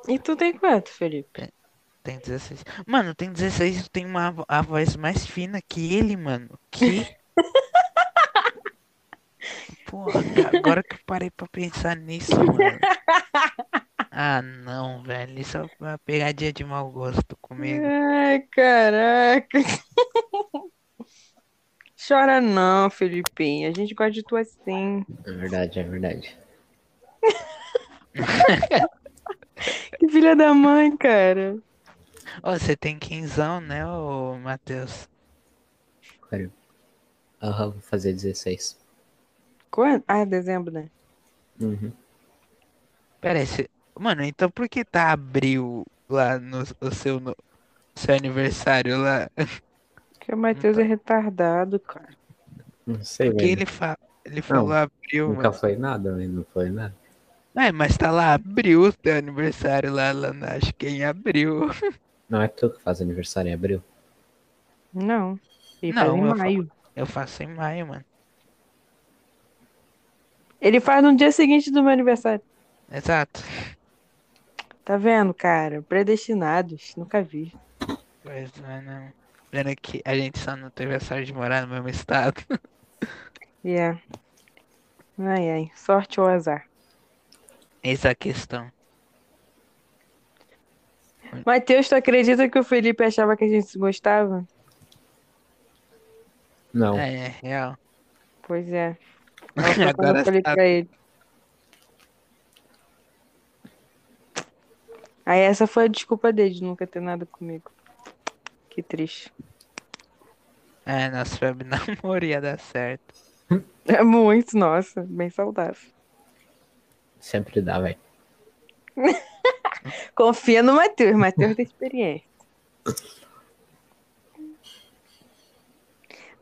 E tu tem quanto, Felipe?
Tem 16. Mano, tem 16 e tem uma vo- a voz mais fina que ele, mano. Que? Porra, ca- agora que eu parei pra pensar nisso, mano. Ah, não, velho. Isso é uma pegadinha de mau gosto
É.
comigo.
Ai, caraca. Chora não, Felipinho. A gente gosta de tu assim.
É verdade, é verdade.
Que filha da mãe, cara.
Ô, você tem 15, né, ô Matheus?
Aham, vou fazer 16.
Quando? Ah, dezembro, né?
Uhum.
Parece. Mano, então por que tá abril lá no o seu, no, seu aniversário lá.
Porque o Matheus é retardado, cara.
Não sei,
O que
velho.
ele fala? Ele falou abril,
Nunca
mano.
foi nada, velho. Não foi nada.
É, mas tá lá, abril o teu aniversário lá, Lana. Acho que é em abril.
Não é tu que faz aniversário em abril?
Não. Ele
Não,
faz em
eu
maio.
Eu faço em maio, mano.
Ele faz no dia seguinte do meu aniversário.
Exato.
Tá vendo, cara? Predestinados. Nunca vi.
Pois é, né? Vendo que a gente só não teve a sorte de morar no mesmo estado. [laughs]
E é. Ai, ai. Sorte ou azar.
Essa é a questão.
Matheus, tu acredita que o Felipe achava que a gente se gostava?
Não.
É, é real.
Pois é.
[laughs]
Quando
Agora tá-
eu falei
sabe.
pra ele. Aí essa foi a desculpa dele de nunca ter nada comigo. Que triste.
É, nosso web namoro ia dar certo.
É muito, nossa, bem saudável.
Sempre dá, velho.
Confia no Matheus, Matheus tem experiência.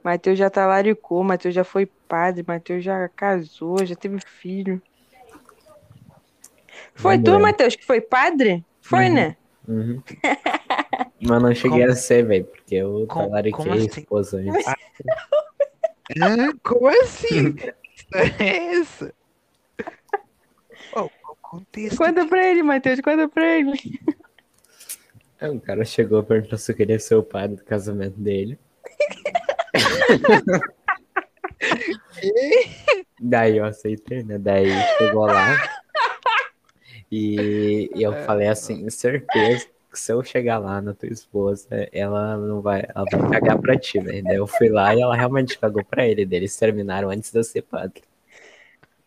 Matheus já talaricou, Matheus já foi padre, Matheus já casou, já teve filho. Foi tu,
Verdade.
Matheus, que foi padre? Foi,
Uhum.
né?
Uhum. Mas não cheguei
Como-
a ser, velho, porque eu
Como-
talariquei
como
a
assim?
esposa antes.
Ah, como assim? Que é essa? Pô, o contexto.
Conta pra ele, Matheus, conta pra ele.
Aí um cara chegou e perguntou se eu queria ser o pai do casamento
[laughs]
dele. Daí eu aceitei, né? Daí chegou lá. E eu
É.
falei assim, certeza que se eu chegar lá na tua esposa, ela não vai, ela vai cagar pra ti, velho. Daí eu fui lá e ela realmente cagou pra ele. Daí eles terminaram antes de eu ser padre.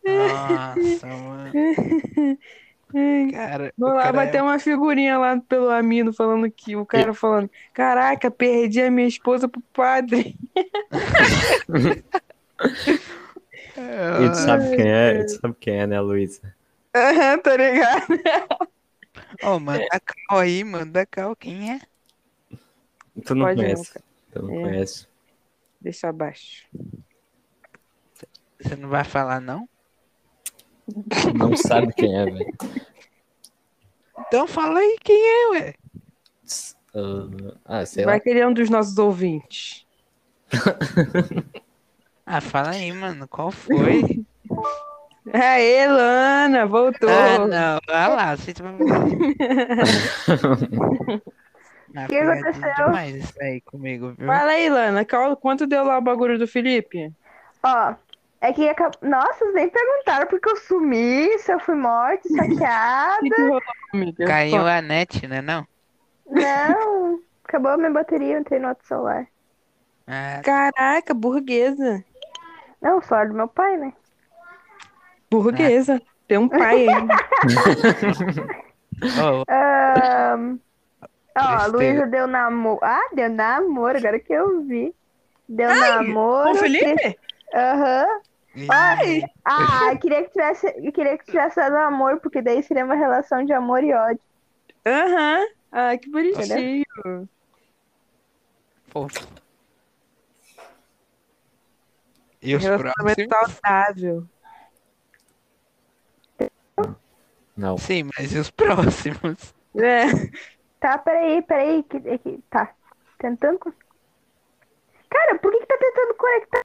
Nossa, mano. Cara, o
Vou lá
cara é-
bater uma figurinha lá pelo amigo falando que o cara falando: Caraca, perdi a minha esposa pro padre. [laughs]
E tu sabe quem é? E tu sabe quem é, né, Luísa?
Aham, tá ligado?
Ô, manda cal aí, manda cal. Quem é?
Tu não
Pode não,
conhece. tu não
É.
conhece.
Deixa abaixo.
Você não vai falar, não?
Tu não sabe quem é, velho.
Então fala aí quem é, ué.
Ah, ah, sei
Vai
lá.
querer um dos nossos ouvintes.
Ah, fala aí, mano. Qual foi? [laughs]
Aê, Lana, voltou.
Ah, não. Olha lá, você tá... Ah,
Que
pegadinha
aconteceu?
demais isso aí comigo, viu?
Fala aí, Lana, qual- quanto deu lá o bagulho do Felipe?
Ó, é que. acab- Nossa, vocês nem perguntaram porque eu sumi, se eu fui morta,
O
saqueada. [laughs]
que, que rolou, amiga?
Caiu a net, né, não?
Não, acabou a minha bateria, eu entrei no outro celular.
Ah,
Caraca, burguesa.
Não, o celular do meu pai, né?
Burguesa.
Ah.
Tem um pai ainda.
oh,
Ahn, ó, a
Tristeza.
Luísa deu namoro. Ah, deu namoro, agora que eu vi. Deu namoro.
Ô, Felipe?
tri- Aham.
Ai!
Ah, eu queria que tivesse, eu queria que tivesse dado namoro, porque daí seria uma relação de amor e ódio.
Aham. Ah, que bonitinho.
Fofo. E os
Relacionamento
próximos?
saudável.
Não.
Sim, mas e os [laughs] próximos?
É. [laughs]
Tá, peraí, peraí. Que, é que- tá. Tentando. con- Cara, por que, que tá tentando conectar?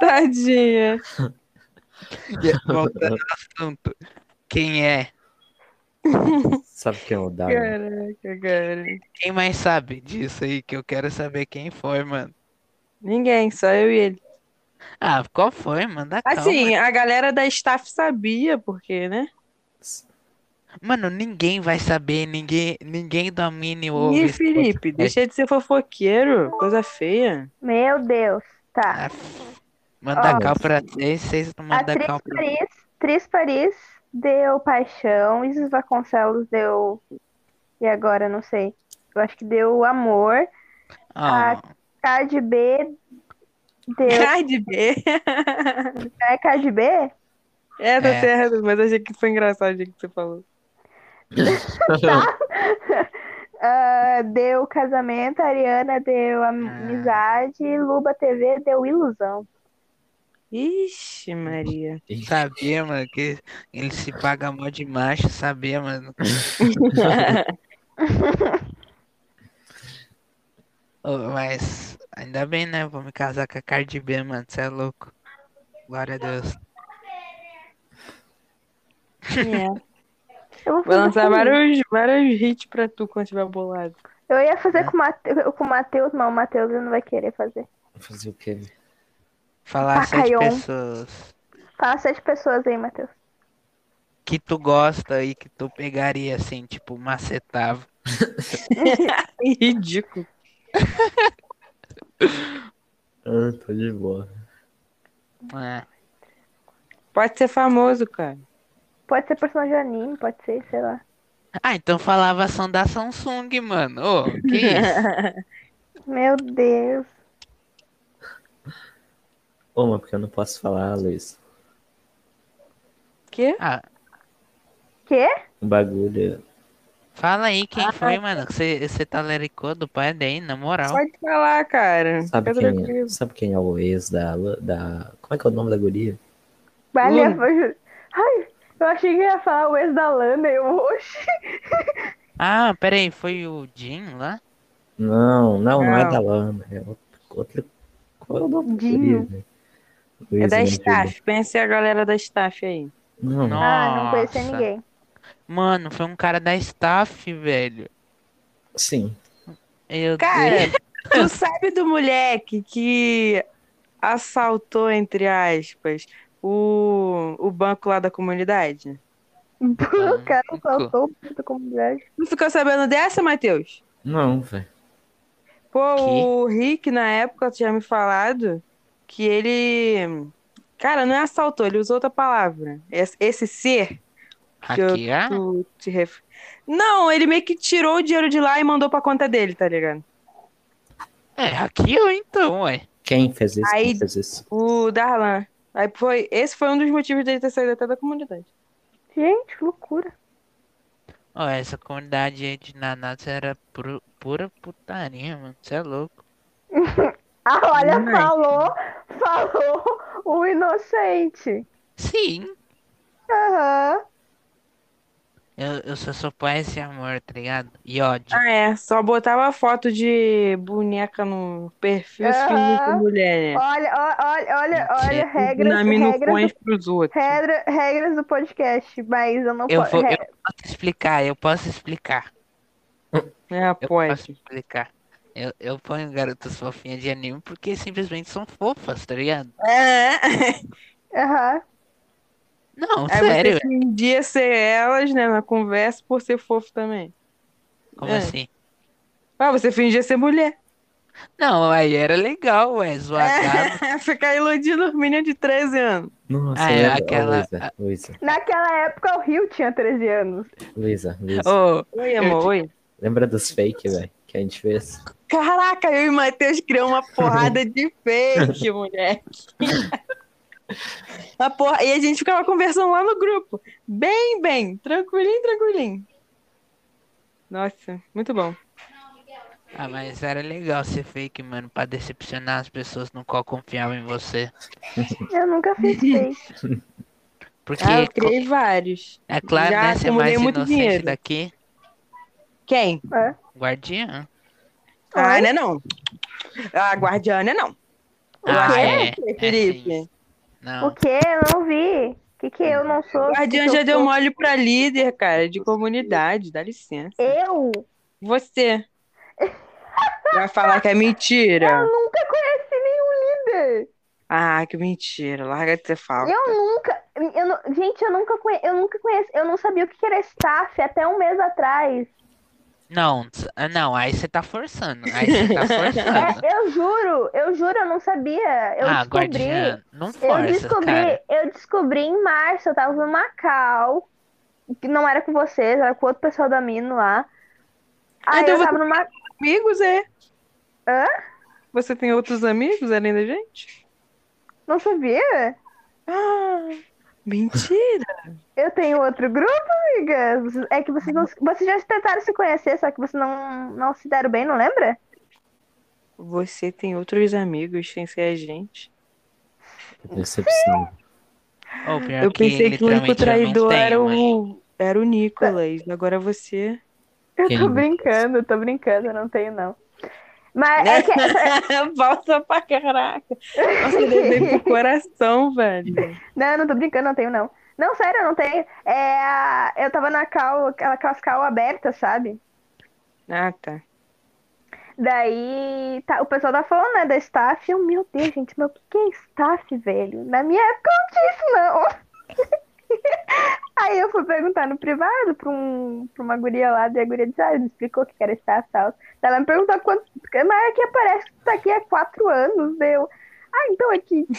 Tadinha.
Voltando ao assunto. Quem é?
Sabe quem é o Davi? [laughs]
Caraca, cara.
Quem mais sabe disso aí que eu quero saber quem foi, mano?
Ninguém, só eu e ele.
Ah, qual foi? Manda calma.
Assim, a galera da staff sabia, porque, né?
Mano, ninguém vai saber, ninguém, ninguém domine o
e Felipe, deixa de ser fofoqueiro, coisa feia.
Meu Deus. Tá.
Manda
Ó.
cal pra vocês, vocês não
A
mandam
Tris
cal pra
Paris, Tris Paris deu paixão, Isis Vasconcelos deu. E agora, não sei. Eu acho que deu amor.
Ah,
Card B deu.
[laughs] Card B.
É Card B?
É, tá
É.
certo, mas achei que foi engraçado o jeito que você falou.
Ah, deu casamento, Ariana deu amizade, Luba TV deu ilusão.
Ixi, Maria.
Sabia, mano, que ele se paga mó de macho, sabia, mano. Ô, Mas ainda bem, né? Vou me casar com a Cardi B, mano. Você é louco. Glória a Deus.
É.
Eu
[laughs] Vou
vou fazer
lançar
assim.
vários, vários hits pra tu quando tiver bolado.
Eu ia fazer com o Mate- com o Matheus, mas o Matheus não vai querer fazer.
Fazer o quê?
Falar a sete
Pacaion.
pessoas
Fala sete pessoas aí, Matheus.
que tu gosta e que tu pegaria, assim, tipo, macetava.
Ridículo.
Ah, tô de boa.
Ah,
Pode ser famoso, cara.
Pode ser personagem de anime, pode ser, sei lá.
Ah, então falava ação da Samsung, mano. Ô, que isso?
Meu Deus.
Ô, mas porque eu não posso falar, Luiz.
Quê?
Ah,
Quê?
Um bagulho.
fala aí quem foi, mano. que Você você talericou do pai daí, na moral.
Pode falar, cara.
Sabe
Fica
quem, é,
tranquilo.
sabe quem é o ex da, Lu- da. Como é que é o nome da guria?
Vai
Lana.
levar. Ai, eu achei que ia falar o ex da Lana, eu, oxi.
Ah, pera aí, foi o Jim lá?
Não, não, não, é
Não.
da Lana. É outra. outra- Qual é o nome da
Dinho.
guria? velho? Luiz,
É da
me ajuda.
staff. Pense a galera da staff aí.
Não,
Não.
Ah, não conhecia
Nossa.
ninguém.
Mano, foi um cara da staff, velho.
sim.
Eu
[laughs] Cara, tu sabe do moleque que assaltou, entre aspas, o, o banco lá da comunidade?
O cara
Banco.
saltou puta comunidade.
Não ficou sabendo dessa, Matheus?
Não, velho.
Pô,
Que?
o Rick, na época, tinha me falado que ele. Cara, não é assaltou, ele usou outra palavra. Esse, esse ser
aqui, ah?
tu te ref... Não, ele meio que tirou o dinheiro de lá e mandou pra conta dele, tá ligado?
É, aqui eu então, ué.
Quem fez isso? Quem
Aí-
fez isso?
O Darlan. Aí foi, esse foi um dos motivos dele ter saído até da comunidade.
Gente, que loucura.
Ó, essa comunidade aí de Nanatsu era puro- pura putaria, mano. Você é louco.
Ah, olha,
Mãe.
falou, falou o inocente.
Sim,
Aham.
eu, eu só sou pai esse amor, tá ligado? E ódio.
Ah, é. Só botava foto de boneca no perfil se fingia que
Aham.
mulher, né?
Olha, ó- olha, olha, olha,
Mentira.
regras,
Nami no
regras,
põe pros outros.
regra- regras do podcast, mas eu não
Eu
po-
vou,
re-
eu posso explicar, eu posso explicar.
É,
Eu
pode.
posso explicar. Eu, eu ponho garotas fofinhas de anime porque simplesmente são fofas, tá ligado?
É.
Aham.
Não,
Aí
sério.
É, você
né?
fingia ser elas, né, na conversa, por ser fofo também.
Como
é.
assim?
Ah, você fingia ser mulher. [laughs]
Não, aí era legal, ué,
É.
zoadado.
[laughs] Ficar iludindo os meninos de 13 anos.
Nossa,
Ah, é
lembra- Ó,
aquela-
Luísa,
Naquela época o Rio tinha 13 anos.
Luísa, Luísa, Luísa.
Ô,
Oi, amor, oi.
Lembra dos fake, velho? Que a gente fez?
Caraca, eu e o Matheus criamos uma porrada de fake, moleque. A porra- E a gente ficava conversando lá no grupo. Bem, bem, tranquilinho, tranquilinho. Nossa, muito bom.
ah, mas era legal ser fake, mano, pra decepcionar as pessoas no qual confiavam em você.
[laughs]
Eu nunca fiz fake.
Porque,
Ah, eu criei vários.
é claro,
já
né, você é
acumulei
mais
muito
inocente
dinheiro.
daqui,
Quem?
guardiã.
Ah, não é não. A guardiana é não. Eu acho
ah,
que
é, é
Felipe.
sim. Não,
O quê? Eu não vi. O que, que eu não sou?
guardiã
que que
já
eu
deu
sou?
mole pra líder, cara, de comunidade. Dá licença.
Eu
[laughs]
Você. Vai falar que é mentira.
nunca conheci nenhum líder.
Ah, que mentira. Larga de ser falso.
Eu nunca. Eu, não- gente, eu nunca, conhe, eu nunca conheço. Eu não sabia o que que era staff até um
[laughs]
mês atrás.
não, s- ah, não, aí você tá forçando, aí você
[laughs]
tá forçando.
É, eu juro, eu juro, eu não
É,
sabia. Eu
ah,
descobri.
guardiã, não
Eu
força,
descobri,
cara.
eu descobri em março, eu tava em Macau, que não era com vocês, era com outro pessoal da Mino lá. Aí
Então
eu
você-
tava no Macau.
amigos, é?
Hã?
Você tem outros amigos além da gente?
Não sabia?
Ah, Mentira!
Eu tenho outro grupo, amiga. É que vocês, não, vocês já tentaram se conhecer, só que vocês não, não se deram bem, não lembra?
Você tem outros amigos sem ser a gente.
Decepção.
Ou pior
Eu pensei que o único
É literalmente, eu
traidor
não tenho,
era
mas-
o, era o Nicolas. Agora você.
Eu
Quem
tô
não?
brincando, eu tô brincando, eu não tenho, não. Mas é que.
[laughs] Volta pra caraca. Nossa, eu levei pro coração, velho.
Não, eu não tô brincando, não tenho, não. Não, sério, eu não tenho. É, a- eu tava na cal, aquela aquelas cal aberta, sabe?
Ah, tá.
Daí tá, o pessoal tá falando, né, da staff. Eu, meu Deus, gente, mas o que que é staff, velho? Na minha época eu não tinha isso, não. [laughs] Aí eu fui perguntar no privado pra, um, pra uma guria lá, daí a guria disse, ah, me explicou o que era staff e tal. Daí ela me perguntou quanto. Mas aqui aparece que tá aqui há quatro anos, deu. Ah, então aqui.
[laughs]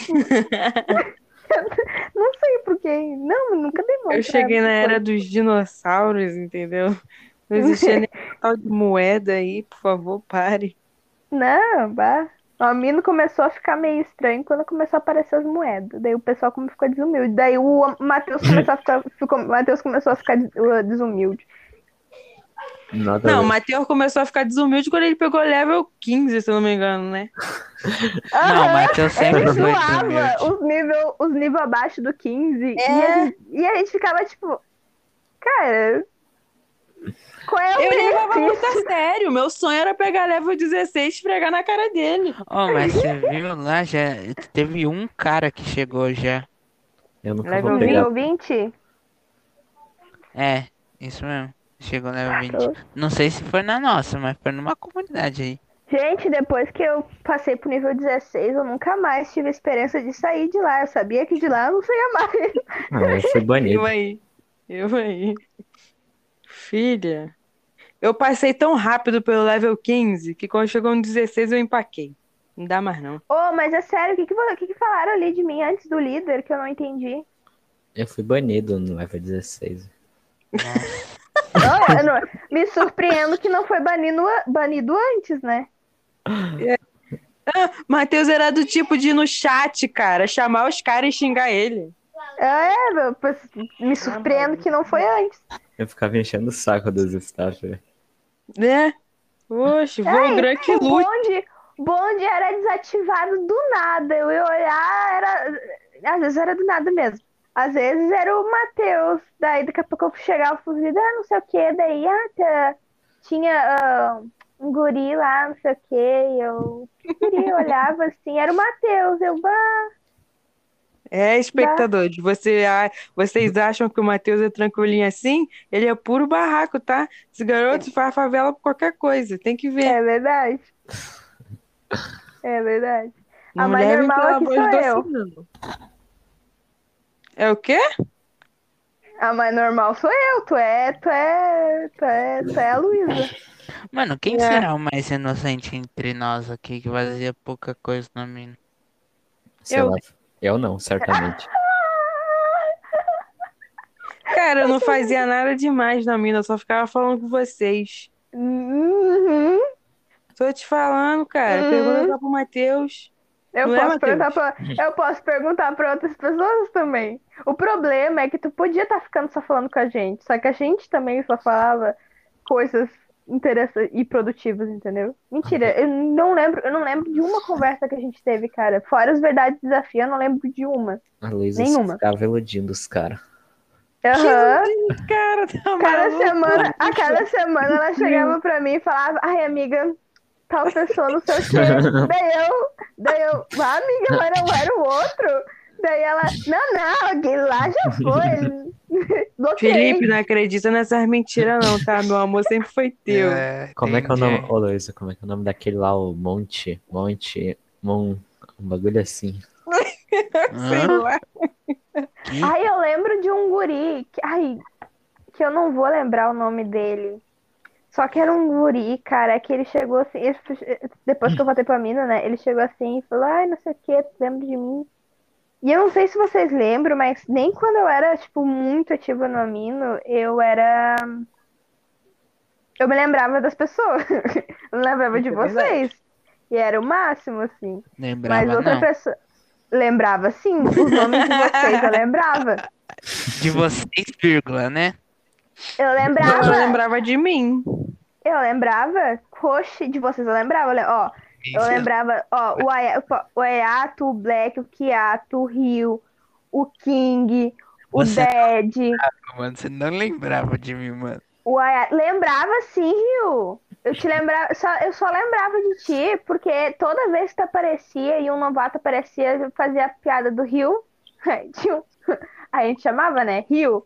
[laughs] não sei por quê. Não, nunca dei bola pra-
Eu cheguei na era dos dinossauros, entendeu? Não existia [laughs] nem tal de moeda aí, por favor, pare.
Não, bah. O menino começou a ficar meio estranho quando começou a aparecer as moedas. Daí o pessoal como ficou desumilde. Daí o Matheus começou a ficar, ficou, o Matheus começou a ficar des- uh, desumilde.
Nada
Não,
a
o
ver.
Matheus começou a ficar desumilde quando ele pegou level 15, se eu não me engano, né?
Aham.
Não,
[laughs]
mas tá eu sempre
Ele
fui
zoava
humilde.
os nível, os nível abaixo do 15. E,
É.
a gente, e a gente ficava tipo, cara, qual é o
Eu levava
benefício?
muito a sério. Meu sonho era pegar level 16 e esfregar na cara dele.
Ó,
[laughs]
mas você viu lá, já teve um cara que chegou já.
Eu nunca
Level
vou pegar.
Nível 20?
É, isso mesmo. Chegou level 20. Não sei se foi na nossa, mas foi numa comunidade aí.
Gente, depois que eu passei pro nível 16, eu nunca mais tive a esperança de sair de lá. Eu sabia que de lá eu não saía mais.
Ah, eu fui banido.
Eu
[laughs]
aí. Eu aí. Filha. Eu passei tão rápido pelo level 15 que quando chegou no 16 eu empaquei. Não dá mais não.
Ô, mas é sério, o que, que, vo- o que, que falaram ali de mim antes do líder que eu não entendi?
Eu fui banido no level 16.
Não, eu não- me surpreendo que não foi banido, a- banido antes, né?
Matheus era do tipo de ir no chat, cara, chamar os caras e xingar ele.
É, meu, pois, me surpreendo que não foi antes.
Eu ficava enchendo o saco dos staff. velho.
Né? Oxe, vou grande que
É, O
lute.
bonde, bonde era desativado do nada. Eu ia olhar, era. Às vezes era do nada mesmo. Às vezes era o Matheus. Daí daqui a pouco eu chegava fugido, ah, não sei o que. Daí, ah, tá- tinha ah, um guri lá, não sei o que. E eu, que guri, eu olhava assim, era o Matheus. Eu, bah,
É, espectadores, você, a-
Uhum.
vocês acham que o Matheus é tranquilinho assim? Ele é puro barraco, tá? Esse garoto faz favela por qualquer coisa, tem que ver.
é verdade. É verdade.
Não
a mais
levem
normal
pela
aqui
voz
sou
doce,
eu.
não. É o quê?
A mais Ah, normal sou eu. Tu é, tu é, tu é, tu é a Luísa.
Mano, quem
É.
será o mais inocente entre nós aqui que fazia pouca coisa na mina?
Sei
Eu-
lá. Eu não, certamente.
Cara, eu não fazia nada demais na mina, eu só ficava falando com vocês.
Uhum.
Tô te falando, cara.
Uhum.
Pergunta lá pro Matheus.
Eu
Não é,
posso,
Matheus?
perguntar pra, eu posso perguntar pra outras pessoas também. O problema é que tu podia estar ficando só falando com a gente, só que a gente também só falava coisas interessantes e produtivas, entendeu? Mentira, eu não lembro, eu não lembro de uma conversa que a gente teve, cara. Fora os verdades e desafio, eu não lembro de uma.
A Luísa só
Nenhuma.
ficava iludindo os caras.
Aham.
Cara, tá
Cada
maluco.
semana, a cada semana ela chegava pra mim e falava, ai amiga, tal pessoa não sei o quê. Daí eu, daí eu, ah, amiga, mas não era o outro. Daí ela, não, não, aquele lá já foi. [laughs] Bloqueei.
Felipe, não acredita nessas mentiras, não, tá? Meu amor sempre foi teu.
É,
Como é que é o
entendi.
nome? Ô, Luísa, como é que é o nome daquele lá? O Monte. Monte. Mon... Um bagulho assim.
Sei
Hã?
lá.
Ai, eu lembro de um guri, que, ai, que eu não vou lembrar o nome dele. Só que era um guri, cara, que ele chegou assim, ele- depois
Hum.
que eu voltei pra mina, né? Ele chegou assim e falou, ai, não sei o que, lembra de mim? E eu não sei se vocês lembram, mas nem quando eu era, tipo, muito ativa no Amino, eu era. Eu me lembrava das pessoas. [laughs] Eu me lembrava de
Isso é verdade.
vocês. E era o máximo, assim. Mas
Lembrava,
outra
não.
pessoa. Lembrava sim, os nomes de vocês eu lembrava.
De vocês, vírgula, né?
Eu
Eu só
lembrava,
lembrava de mim.
eu lembrava, coxe de vocês, eu lembrava, eu le- ó, eu
Isso.
lembrava, ó, o Aya- o Ayato, o Black, o Kiato, o Rio, o King, o
Você
Dead,
Mano, você não lembrava de mim, mano.
o Ayato, lembrava sim, Rio, eu te lembrava, só, eu só lembrava de ti, porque toda vez que tu aparecia e um novato aparecia, eu fazia a piada do [laughs] Rio, Tio. Aí a gente chamava, né, Rio,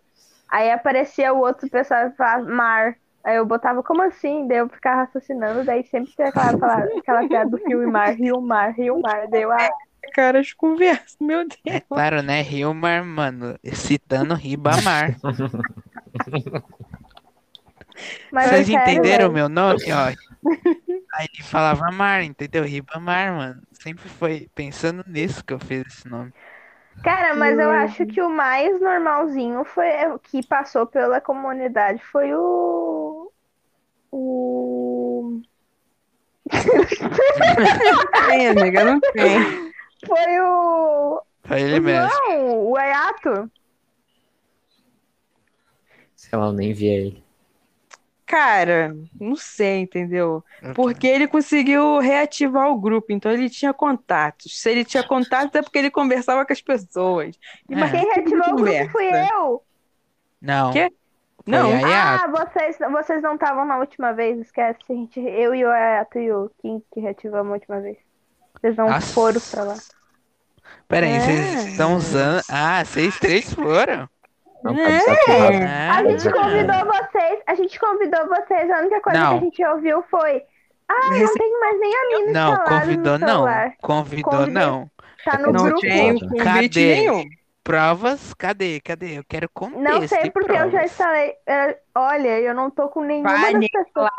aí aparecia o outro pessoal e falava Mar, aí eu botava, como assim? Daí eu ficava raciocinando, daí sempre tinha aquela, palavra- aquela piada do Rio e Mar, Rio, Mar, Rio, Mar, daí eu, ah,
Cara de conversa, meu
É
Deus.
claro, né? Rilmar, mano. Citando Ribamar.
[laughs] Mas
Vocês
é sério,
entenderam o meu
velho. [laughs]
nome, ó? Aí ele falava Mar, entendeu? Ribamar, mano. Sempre foi pensando nisso que eu fiz esse nome.
Cara, mas eu
Hum.
acho que o mais normalzinho foi o que passou pela comunidade foi o. O.
Tem, amiga, não tem.
Foi o.
Foi ele
o
mesmo.
Não, o Ayato.
Sei lá, eu nem vi ele.
Cara, não sei, entendeu? Porque ele conseguiu reativar o grupo, então ele tinha contatos. Se ele tinha contatos, é porque ele conversava com as pessoas.
É.
Mas quem reativou o grupo fui
Conversa.
eu.
Não.
Quê? Não,
Foi aí,
Ah, vocês, vocês não estavam na última vez, esquece. a gente, eu e o Ayato e o Kim que reativamos a última vez. Vocês não
Nossa.
foram pra lá. Ah,
Peraí,
É.
vocês estão usando. Ah, vocês três foram.
Não,
É.
cabeça afiada.
A
Ah,
gente
Ah.
convidou vocês, a gente convidou vocês, a única coisa
Não.
que a gente ouviu foi. Ah, não
Rece-
tem mais nem a mina
Não,
instalada
convidou
no
não.
celular.
Convidou
Convidei.
não.
Tá no
não
grupo.
tinha
Cadê?
convite nenhum.
Provas? Cadê? Cadê? Eu quero contexto.
Não sei
e
porque eu já
provas.
instalei. é, Olha, eu não tô com nenhuma
Vai,
das pessoas.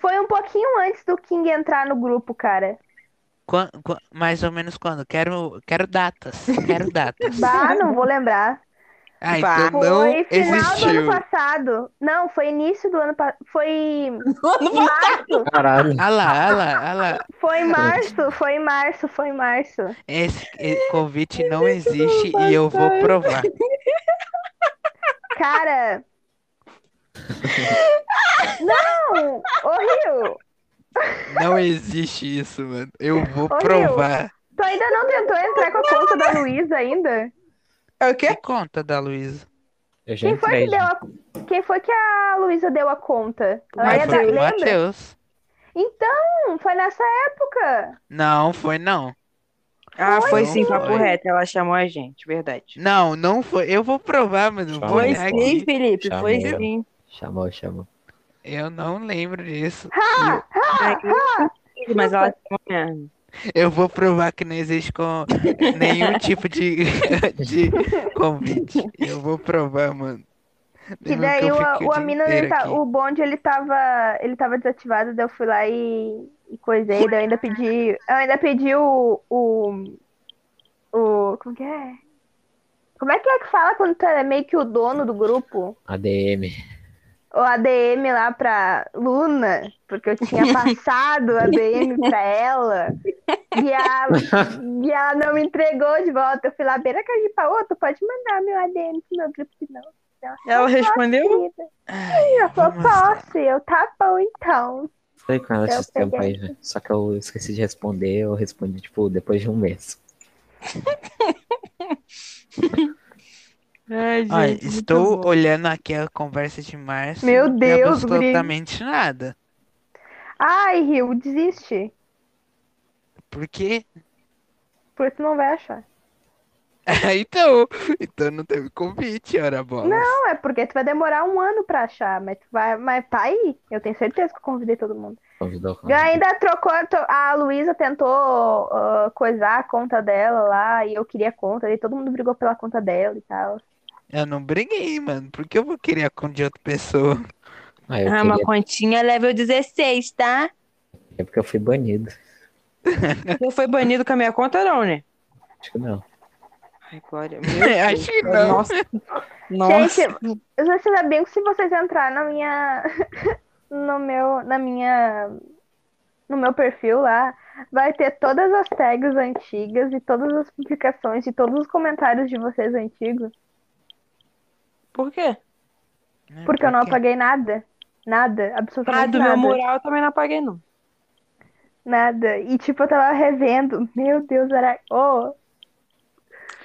Foi um pouquinho antes do King entrar no grupo, cara.
Quan- quan- mais ou menos quando? Quero, quero datas.
[laughs]
Quero datas.
Bah, não vou lembrar.
Ah,
Bah.
então não
Foi final do
existiu.
ano passado. Não, foi início do ano passado. Foi. março.
Caralho.
Ah lá, ah lá, ah lá.
Foi em março, foi em março, foi em março.
Esse, e- convite não existe e eu vou provar.
Cara. Não! Ô Rio!
Não existe isso, mano. Eu vou
Ô, Nil,
provar.
Tu ainda não tentou entrar com a conta da Luísa ainda?
É o quê?
Que conta da Luísa?
Eu já
Quem foi que
entrei.
deu a... Quem foi que a Luísa deu a conta? Ela
Mas foi
ia dar...
o
Lembra?
Matheus.
Então, foi nessa época.
Não, foi não.
Ah, foi
Não
sim, papo
foi.
reto. Ela chamou a gente, verdade.
Não, não foi. Eu vou provar, mano. Eu vou
Foi
Foi
olhar
sim,
aqui.
Felipe,
Chamou.
foi sim.
Chamou, chamou.
Eu não lembro disso.
Ai, Mas ela chamou mesmo.
Eu vou provar que não existe com nenhum tipo de, [laughs] de convite. Eu vou provar, mano.
Que
Lembra
daí
eu
o,
fiquei
o, a
dia
mina, ele
inteiro
tá-
aqui?
o bonde, ele tava, ele tava desativado, daí eu fui lá e, e coisei, daí eu ainda pedi, eu ainda pedi o, o, o, como que é? Como é que é que fala quando tu é meio que o dono do grupo?
ADM.
O ADM lá pra Luna, porque eu tinha passado o ADM pra ela, e, a, e ela não me entregou de volta, eu fui lá, beira que de pau, "Ô, tu pode mandar meu ADM pro meu grupo, que não.
Ela respondeu?
querida."
Ai,
Eu falou,
vamos lá.
posso, eu tá bom então.
Falei com ela
Eu
esses tempos
peguei.
aí, né? só que eu esqueci de responder, eu respondi, tipo, depois de um mês.
Ai, gente,
Olha,
muito
estou
bom.
olhando aqui a conversa de março.
Meu
não tem
Deus, guri.
absolutamente nada.
Ai, Rio, desiste.
Porque. [laughs]
Porque tu não vai achar.
então, então não teve convite, ora bola.
Não, é porque tu vai demorar um ano pra achar, mas tu vai. Mas tá aí. Eu tenho certeza que eu convidei todo mundo.
Convidou com
E ainda trocou. to- A Luísa tentou ah, coisar a conta dela lá e eu queria a conta. E todo mundo brigou pela conta dela e tal.
Eu não briguei, mano. Porque eu vou querer a conta de outra pessoa.
Ah, eu
Ah,
queria,
uma continha level 16, tá?
é porque eu fui banido.
Você foi banido com a minha conta, não, né?
Acho que não.
Ai, Glória.
Acho que não.
Nossa. Nossa.
Gente, vocês sabiam que se vocês entrarem na minha. [laughs] no meu. na minha. no meu perfil lá, vai ter todas as tags antigas e todas as publicações e todos os comentários de vocês antigos.
Por quê?
né?
[laughs] Porque eu não
Pra quê?
apaguei nada. Nada,
Ah,
absolutamente
do meu
nada.
mural eu também não apaguei, não.
Nada. E tipo, eu tava revendo. Meu Deus, era. Oh.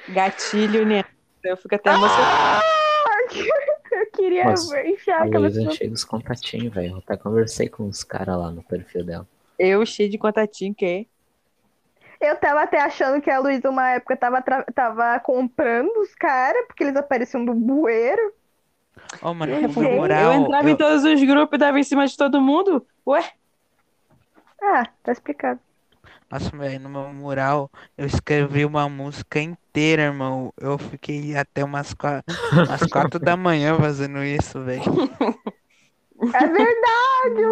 Gatilho, né? Eu fico até emocionada.
[laughs] Eu queria
Nossa,
manchar
A
aquela
Luísa chega os contatinhos, velho. Eu até conversei com os caras lá no perfil dela.
Eu cheio de contatinho, que
Eu tava até achando que a Luísa, uma época, tava, tra- tava comprando os caras, porque eles apareciam do bueiro.
Ô, mano,
Eu
na
sei, eu
moral,
eu entrava em
eu,
todos os grupos e dava em cima de todo mundo. Ué?
Ah, tá explicado.
nossa, velho, no meu mural, eu escrevi uma música inteira, irmão. Eu fiquei até umas quatro, umas quatro da manhã fazendo isso, velho.
É verdade, eu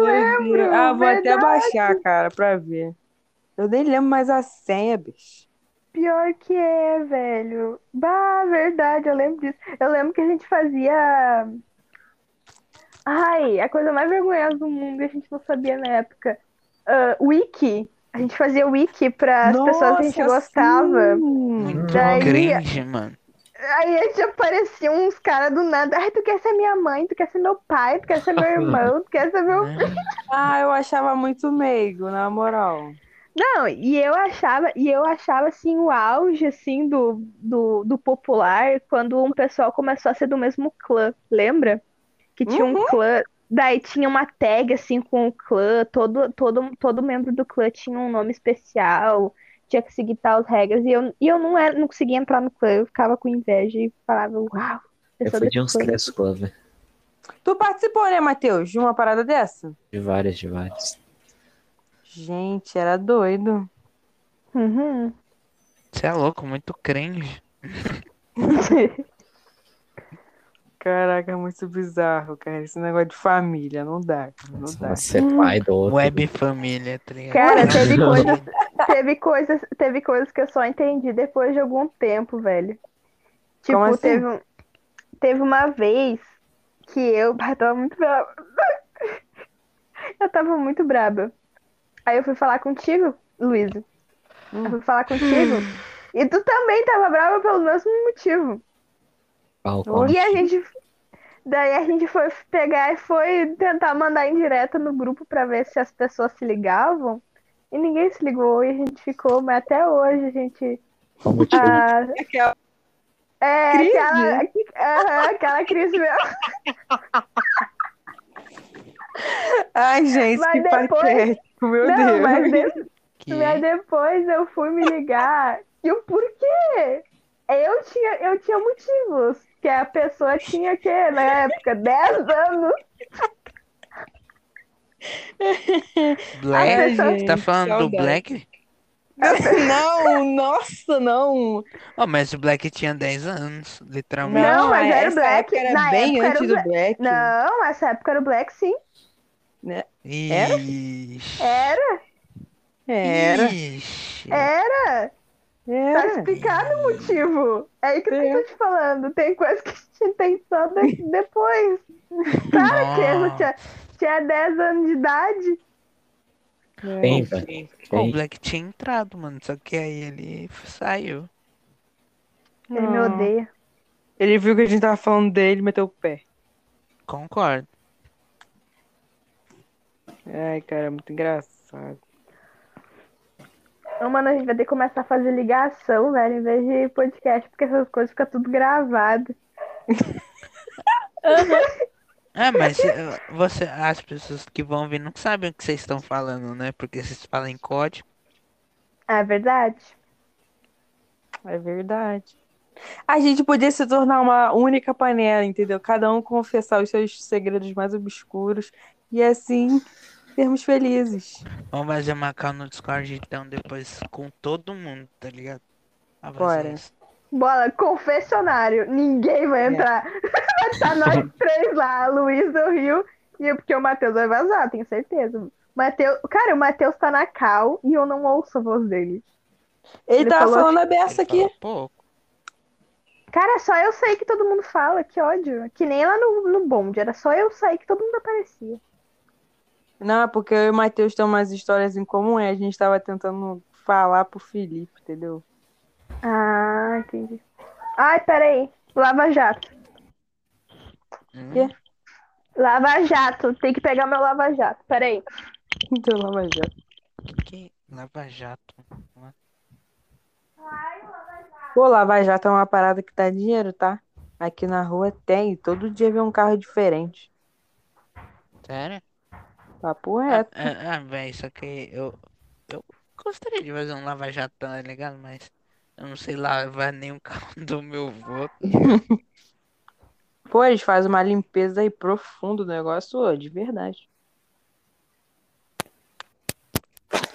Meu Deus.
lembro.
Ah, vou até
verdade.
baixar, cara, pra ver. Eu nem lembro mais a senha, bicho.
Pior que é, velho. Bah, verdade, eu lembro disso. Eu lembro que a gente fazia. Ai, a coisa mais vergonhosa do mundo e a gente não sabia na época. Ah, wiki. A gente fazia wiki para as pessoas que a gente
Nossa,
gostava.
sim.
Muito
Daí-
cringe, mano.
Aí a gente aparecia uns caras do nada. Ai, tu quer ser minha mãe, tu quer ser meu pai, tu
[laughs]
quer ser meu irmão, tu quer ser meu.
né?
Ah, eu achava muito meigo, na moral.
Não, e eu achava, e eu achava assim o auge assim do, do, do popular quando um pessoal começou a ser do mesmo clã, lembra? Que tinha um clã, daí tinha uma tag assim com o clã, todo todo todo membro do clã tinha um nome especial, tinha que seguir tal regras e eu, e eu não era, não conseguia entrar no clã, eu ficava com inveja e falava, uau, eu
Eu fui
sou desse
de uns
clã."
três clubes.
Tu participou, né, Matheus, de uma parada dessa?
De várias, de várias.
Gente, era doido.
Uhum.
Você é louco, muito cringe.
Caraca, é muito bizarro, cara. Esse negócio de família, não dá, cara, não dá.
Você é pai do outro.
Web família, tá ligado?
Cara, teve
Não,
coisa-
Tá.
Teve coisas, teve coisas que eu só entendi depois de algum tempo, velho. Tipo,
Como assim?
teve, um- teve uma vez que eu [laughs] eu tava muito brava. Eu tava muito braba. Aí eu fui falar contigo, Luísa. Eu fui falar
[laughs]
contigo. E tu também tava brava pelo mesmo motivo.
Pau, pau.
E a gente. Daí a gente foi pegar e foi tentar mandar indireta no grupo pra ver se as pessoas se ligavam. E ninguém se ligou e a gente ficou, mas até hoje a gente.
Como tio.
ah,
Aquela-
é,
Crise? né?
aquela, aham, aquela crise mesmo.
Ai, gente,
Mas
que
depois-
patético, meu
Não,
Deus.
mas,
[laughs]
de-
que-
mas depois eu fui me ligar. E o porquê? Eu tinha, eu tinha motivos. Que a pessoa tinha o quê? Na época, 10 anos. Ah,
Black?
Ai,
Você tá
gente,
falando do
saudade.
Black?
Não, nossa, não.
Oh, mas o Black tinha 10 anos, literalmente.
Não, mas era o
essa
Black.
época Era
Na
bem
época era
antes
o
do Black.
Não, essa época era o Black, sim. era? É?
Ixi.
Era, é,
Era.
Ixi.
era. Tá
Era.
explicado o motivo. É aí que eu tô te falando. Tem coisa que a gente tem só de- depois. Claro que eu tinha, tinha 10 anos de idade.
Tem, velho.
Pô, o
Tem.
Black tinha entrado, mano. Só que aí ele saiu.
Ele me
Ah.
odeia.
Ele viu que a gente tava falando dele, meteu o pé.
Concordo.
Ai, cara, é muito engraçado.
Ô, mano, a gente vai ter que começar a fazer ligação, velho, em vez de podcast, porque essas coisas ficam tudo gravado.
É, mas eh, você, as pessoas que vão vir não sabem o que vocês estão falando, né? Porque vocês falam em código.
É verdade?
É verdade. A gente podia se tornar uma única panela, entendeu? Cada um confessar os seus segredos mais obscuros e assim sermos felizes.
Vamos fazer uma call no Discord então depois com todo mundo, tá ligado? Ah, vai
Bora.
ser isso.
Bola, confessionário. Ninguém vai entrar. [laughs] Vai estar nós três lá, a Luísa, o Rio. E porque o Matheus vai vazar, tenho certeza. Mateus, cara, o Matheus tá na cal e eu não ouço a voz dele.
Ele,
Ele
tava
falou
falando a beça
Ele
aqui.
fala pouco.
Cara, só eu sei que todo mundo fala, que ódio. Que nem lá no, no bonde, era só eu sair que todo mundo aparecia.
Não, é porque eu e o Matheus temos umas histórias em comum e a gente tava tentando falar pro Felipe, entendeu? [laughs]
Ah, entendi. Ai, peraí. Lava Jato.
Hum,
Lava Jato, tem que pegar meu Lava Jato. Peraí.
Então, Lava Jato.
que que é Lava Jato?
Pô, Lava Jato é uma parada que dá dinheiro, tá? Aqui na rua tem, todo dia vem um carro diferente.
Sério?
Papo
Ah,
reto.
ah, ah, véi, só que eu, eu gostaria de fazer um lava-jato, tá ligado? Mas eu não sei lavar nenhum carro [laughs] do meu vô.
Pô, eles fazem uma limpeza aí profunda do negócio, ô, de verdade.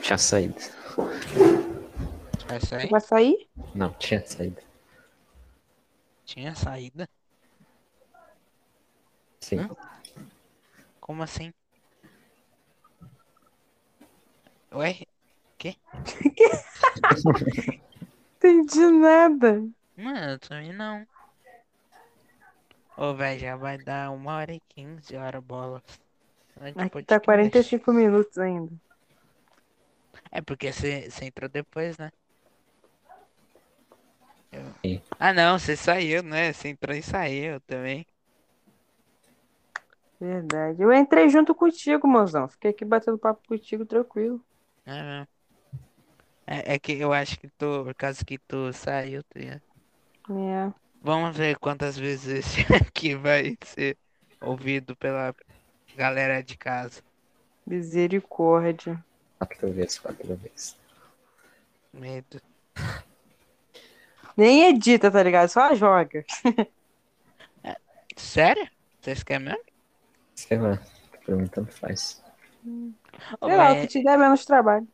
Tinha saído.
Vai sair?
Vai sair?
Não, tinha saído.
Tinha saída?
Sim.
Hã? Como assim? Ué?
Entendi nada.
Mano, eu também não. Ô, véi, já vai dar uma hora e quinze hora bola. tipo, Antes do
Aqui tá
podcast.
45 minutos ainda.
É porque você entrou depois, né? Eu-
Sim.
Ah não, você saiu, né? Você entrou e saiu também.
Verdade. Eu entrei junto contigo, mozão. Fiquei aqui batendo papo contigo tranquilo.
É mesmo. É, é que eu acho que tu, por causa que tu saiu, tu ia-
É.
Vamos ver quantas vezes [laughs] esse aqui vai ser ouvido pela galera de casa.
Misericórdia.
Quatro vezes, quatro vezes.
Medo.
Nem edita, tá ligado? Só joga.
Sério? Vocês querem mesmo?
Sei lá. Pra mim, tanto faz.
Ô,
Sei lá, o
véi,
que te der menos trabalho.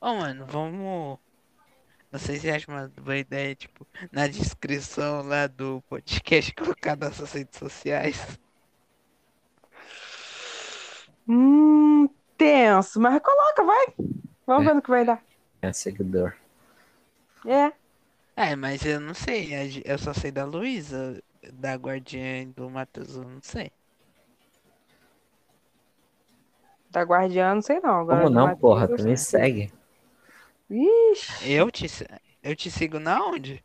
Ô, mano, vamos. Não sei se acha uma boa ideia, tipo, na descrição lá do podcast [laughs] colocar nossas redes sociais.
Hum, tenso. Mas coloca, vai. Vamos ver no que vai dar.
É seguidor.
É.
É, mas eu não sei, a gen- eu só sei da Luísa, da Guardiã e do Matheus, eu não sei.
Da guardiã, não Tá sei não. Agora tá
Como
do
não,
Matheus,
porra?
eu
Tu
sei.
me segue [laughs]
Ixi.
Eu te, se- eu te sigo na onde?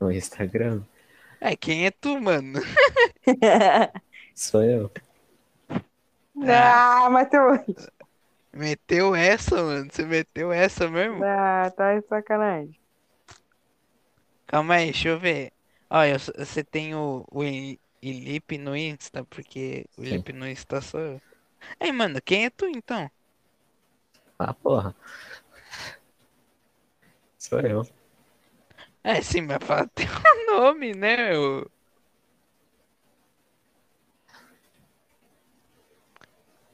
no Instagram.
É, quem é tu, mano? [laughs]
Sou eu.
ah, Matheus.
Meteu essa, mano, você meteu essa mesmo?
Ah, tá de sacanagem.
Calma aí, deixa eu ver. Olha, você tem o, o I- Ilipe no Insta, porque o
Sim.
Ilipe no Insta sou eu. Ei, mano, quem é tu então?
Ah, porra. Sou eu.
É, sim, mas fala teu [laughs] nome, né, meu?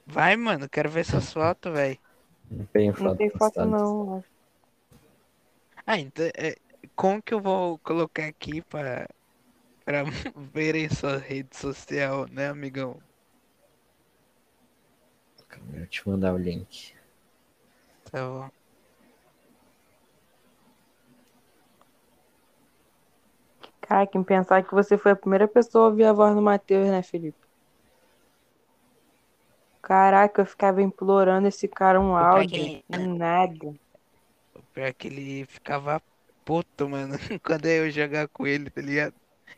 Vai, mano, quero ver suas fotos, velho.
Não tenho foto
Não tem foto,
postada.
não. né?
Ah, então, é, como que eu vou colocar aqui pra, pra [laughs] verem sua rede social, né, amigão?
Calma, Eu te mandar o link. [laughs]
Tá bom.
Cara, quem pensar que você foi a primeira pessoa a ouvir a voz do Matheus, né, Felipe? Caraca, eu ficava implorando esse cara um áudio.
Peguei.
Nada.
O pior é que ele ficava puto, mano, [laughs] quando eu jogar com ele, tá ligado?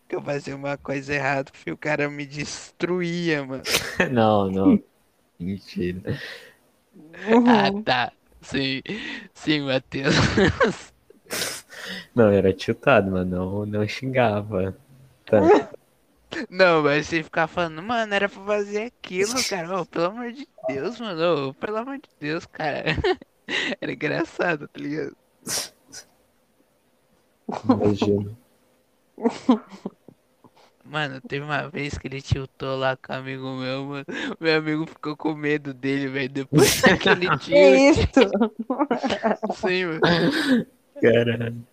Que eu fazia uma coisa errada, que o cara me destruía, mano.
Não, não. Mentira.
Ah,
Uhum.
tá. Sim, sim, Matheus. [laughs]
Não, eu era tiltado, mas não, não xingava. Tá.
Não, mas você ficar falando, mano, era pra fazer aquilo, cara. Ô, pelo amor de Deus, mano. Ô, pelo amor de Deus, cara. [laughs] Era engraçado, tá ligado?
Imagino.
Mano, teve uma vez que ele tiltou lá com um amigo meu, mano. Meu amigo ficou com medo dele, velho. Depois [laughs] daquele
Que
dia,
isso?
assim, mano. É,
Caralho.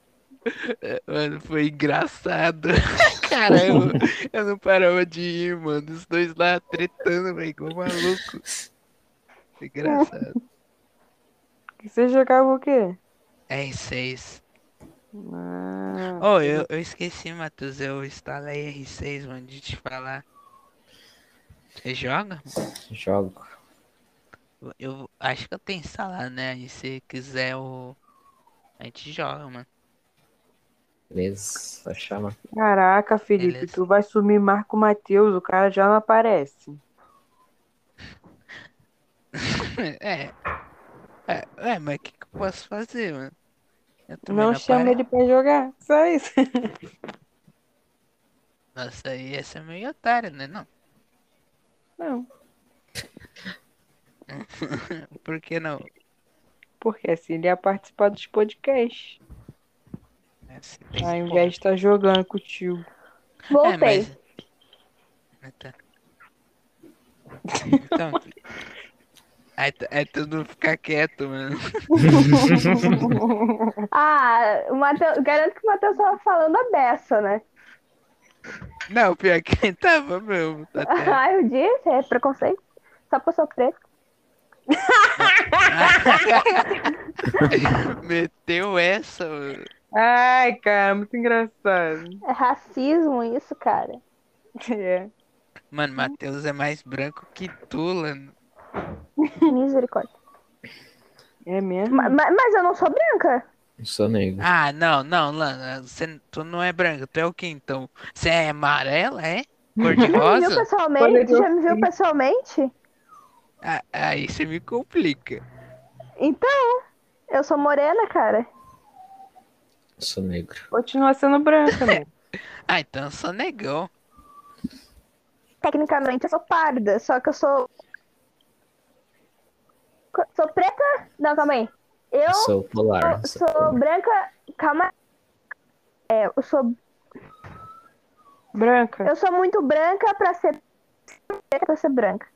Mano, foi engraçado. [laughs] Caramba, eu não parava de ir, mano. Os dois lá tretando, velho, igual maluco. Foi engraçado.
[laughs] Você jogava o quê?
É R6.
Ah,
Oh, eu, eu esqueci, Matheus. Eu instalei R6, mano, de te falar. Você joga?
Jogo.
Eu acho que eu tenho instalado, né? E se quiser, eu... a gente joga, mano.
meses, só chama.
Caraca, Felipe,
Beleza.
tu vai sumir Marco Matheus, o cara já não aparece.
É. É, é, mas o que, que eu posso fazer, mano? Eu também
Não chama
apare-
ele pra jogar, só isso. [laughs]
Nossa, aí essa é meio otário, né? Não.
Não,
Por que não?
porque assim ele ia participar dos podcasts.
Essa-
Ao invés de estar jogando
[laughs]
contigo.
Voltei.
É, mas... Ah, tá.
[laughs]
Então. aí, tu- aí tu não ficar quieto, mano.
Ah, o Matheus, garanto que o Matheus tava falando a beça, né?
Não, pior que [laughs] tava mesmo. tá
[laughs]
até-
Ah, eu disse, é preconceito. Só porque eu sou preto.
Meteu essa, mano.
Ai, cara, muito engraçado. [laughs]
É racismo isso, cara.
É.
Mano, Matheus é mais branco que Tula.
Misericórdia.
É mesmo?
Ma- ma- mas eu não sou branca.
Eu sou negro.
Ah, não, não, Lana, você, tu não é branca, tu é o que então? Você é amarela, é? Cor de
Já me viu
rosa?
pessoalmente?
Olha,
Já me viu
eu-
pessoalmente?
Ah, aí você me complica.
Então, eu sou morena, cara.
Eu sou negro.
Continua sendo branca, né?
Ah, então eu sou negão.
Tecnicamente eu sou parda, só que eu sou. Co- Sou preta? Não, calma aí. Eu
Eu sou polar.
sou,
sou polar.
branca. Calma. É, eu sou.
Branca.
Eu sou muito branca pra ser preta pra ser branca.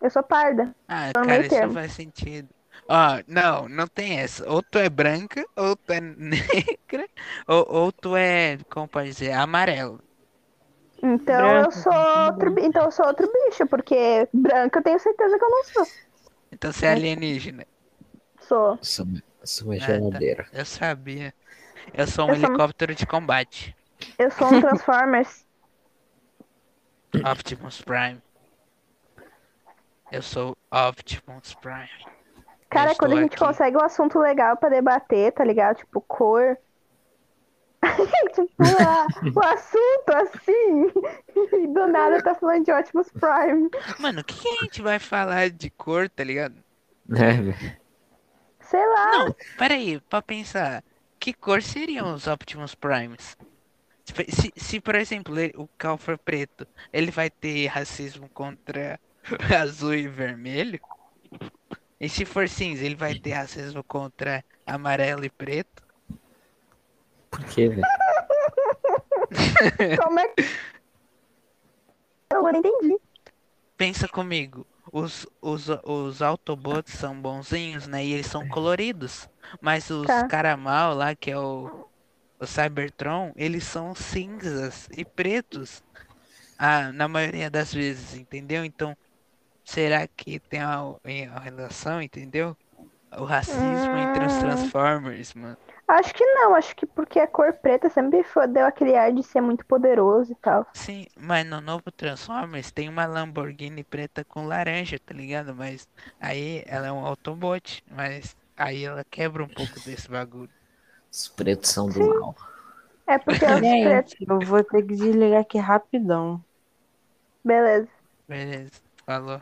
Eu sou parda.
Ah,
Tô
cara,
no meio
isso não
termo.
faz sentido. Ó, não, não tem essa. Ou tu é branca, ou tu é [laughs] negra, ou, ou tu é, como pode dizer, amarelo.
Então
Branca.
eu sou outro bi- Então eu sou outro bicho, porque branca eu tenho certeza que eu não sou.
Então você é alienígena.
Sou.
Sou, sou uma
tá.
geladeira. [laughs]
Eu sabia. Eu sou um
Eu sou-
helicóptero de combate.
Eu sou
[laughs]
um Transformers.
Optimus Prime. Eu sou Optimus Prime.
Cara,
Eu
quando a
estou
gente
aqui.
consegue um assunto legal pra debater, tá ligado? Tipo, cor. [laughs] tipo, a- o assunto assim. [laughs] E do nada tá falando de Optimus Prime.
Mano, o que, que a gente vai falar de cor, tá ligado?
É,
Sei lá.
Não, peraí, pra pensar, que cor seriam os Optimus Primes? Tipo, Se, se por exemplo, ele- o Cal for preto, ele vai ter racismo contra [laughs] azul e vermelho? E se for cinza, ele vai ter racismo contra amarelo e preto?
por quê, velho?
Como é que. Eu não entendi.
Pensa comigo, os, os, os Autobots são bonzinhos, né? E eles são coloridos. Mas os
Tá.
Caramal lá, que é o, o Cybertron, eles são cinzas e pretos. Ah, na maioria das vezes, entendeu? Então, será que tem a, relação, entendeu? O racismo entre os
Hum.
Transformers, mano.
Acho que não, acho que porque a cor preta sempre foi- deu aquele ar de ser muito poderoso e tal.
Sim, mas no novo Transformers tem uma Lamborghini preta com laranja, tá ligado? Mas aí ela é um Autobot, mas aí ela quebra um pouco desse bagulho.
Os pretos são do mal.
É porque os pretos.
Gente, eu vou ter que desligar aqui rapidão.
Beleza.
Beleza, falou.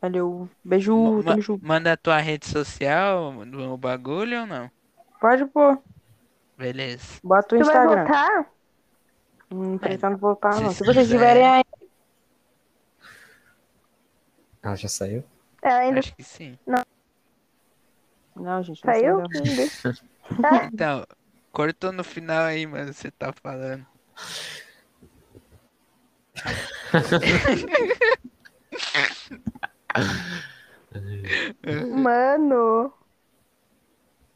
Valeu. Beijo,
Ma-
tamo junto.
Manda a tua rede social no bagulho ou não?
Pode pôr.
Beleza.
Bota o
Tu vai
Instagram.
voltar?
Não pretendo voltar, não.
Se
Se vocês
quiser.
tiverem aí.
Ela Ah, já saiu?
É, ainda
Acho que sim.
Não, gente, não sei
saiu?
não.
Então, cortou no final aí, mano, você tá falando.
Mano.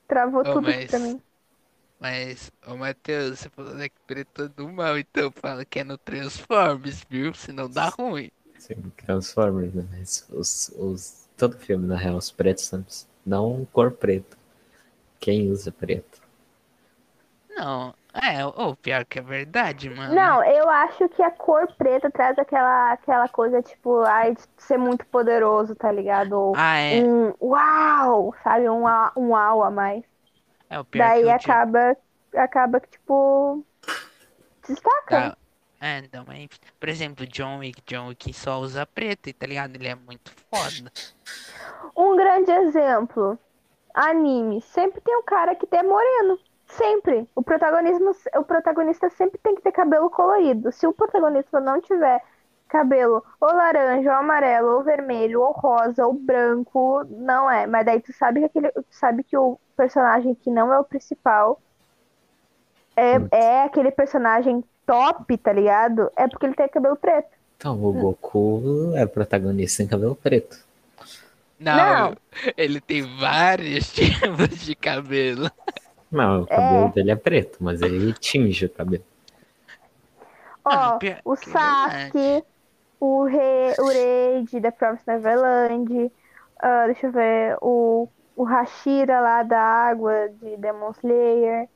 Travou
Ô,
tudo
mas-
pra mim.
Mas, ô Matheus, você falou que preto é do mal, então fala que é no Transformers, viu? Senão dá ruim.
Sim, Transformers, né? Mas os, os, todo filme, na real, os pretos são. Não cor preta. Quem usa preto?
Não, é, ou pior que é verdade, mano.
Não, eu acho que a cor preta traz aquela, aquela coisa, tipo, ai, de ser muito poderoso, tá ligado? Ou
Ah, é.
um uau, sabe? Um, a- um au a mais.
É o pior
Daí
que eu digo.
acaba acaba que, tipo, destaca.
Tá. É, então, mas, por exemplo, John Wick, John Wick só usa preto, e tá ligado? Ele é muito foda.
Um grande exemplo, anime, sempre tem um cara que é moreno. Sempre. O, protagonismo, o protagonista sempre tem que ter cabelo colorido. Se o protagonista não tiver cabelo ou laranja, ou amarelo, ou vermelho, ou rosa, ou branco, não é. Mas daí tu sabe que, aquele, tu sabe que o personagem que não é o principal é, é aquele personagem top, tá ligado? É porque ele tem cabelo preto.
Então, o Goku é protagonista em cabelo preto.
Não, ele tem vários [laughs] tipos de cabelo.
Não, o cabelo dele é preto, mas ele tinge o cabelo.
Ó,
Ah, pior
o
que é verdade.
Sasuke, o, Re, o Reid da Promised Neverland, ah, deixa eu ver, o, o Hashira lá da água de Demon Slayer.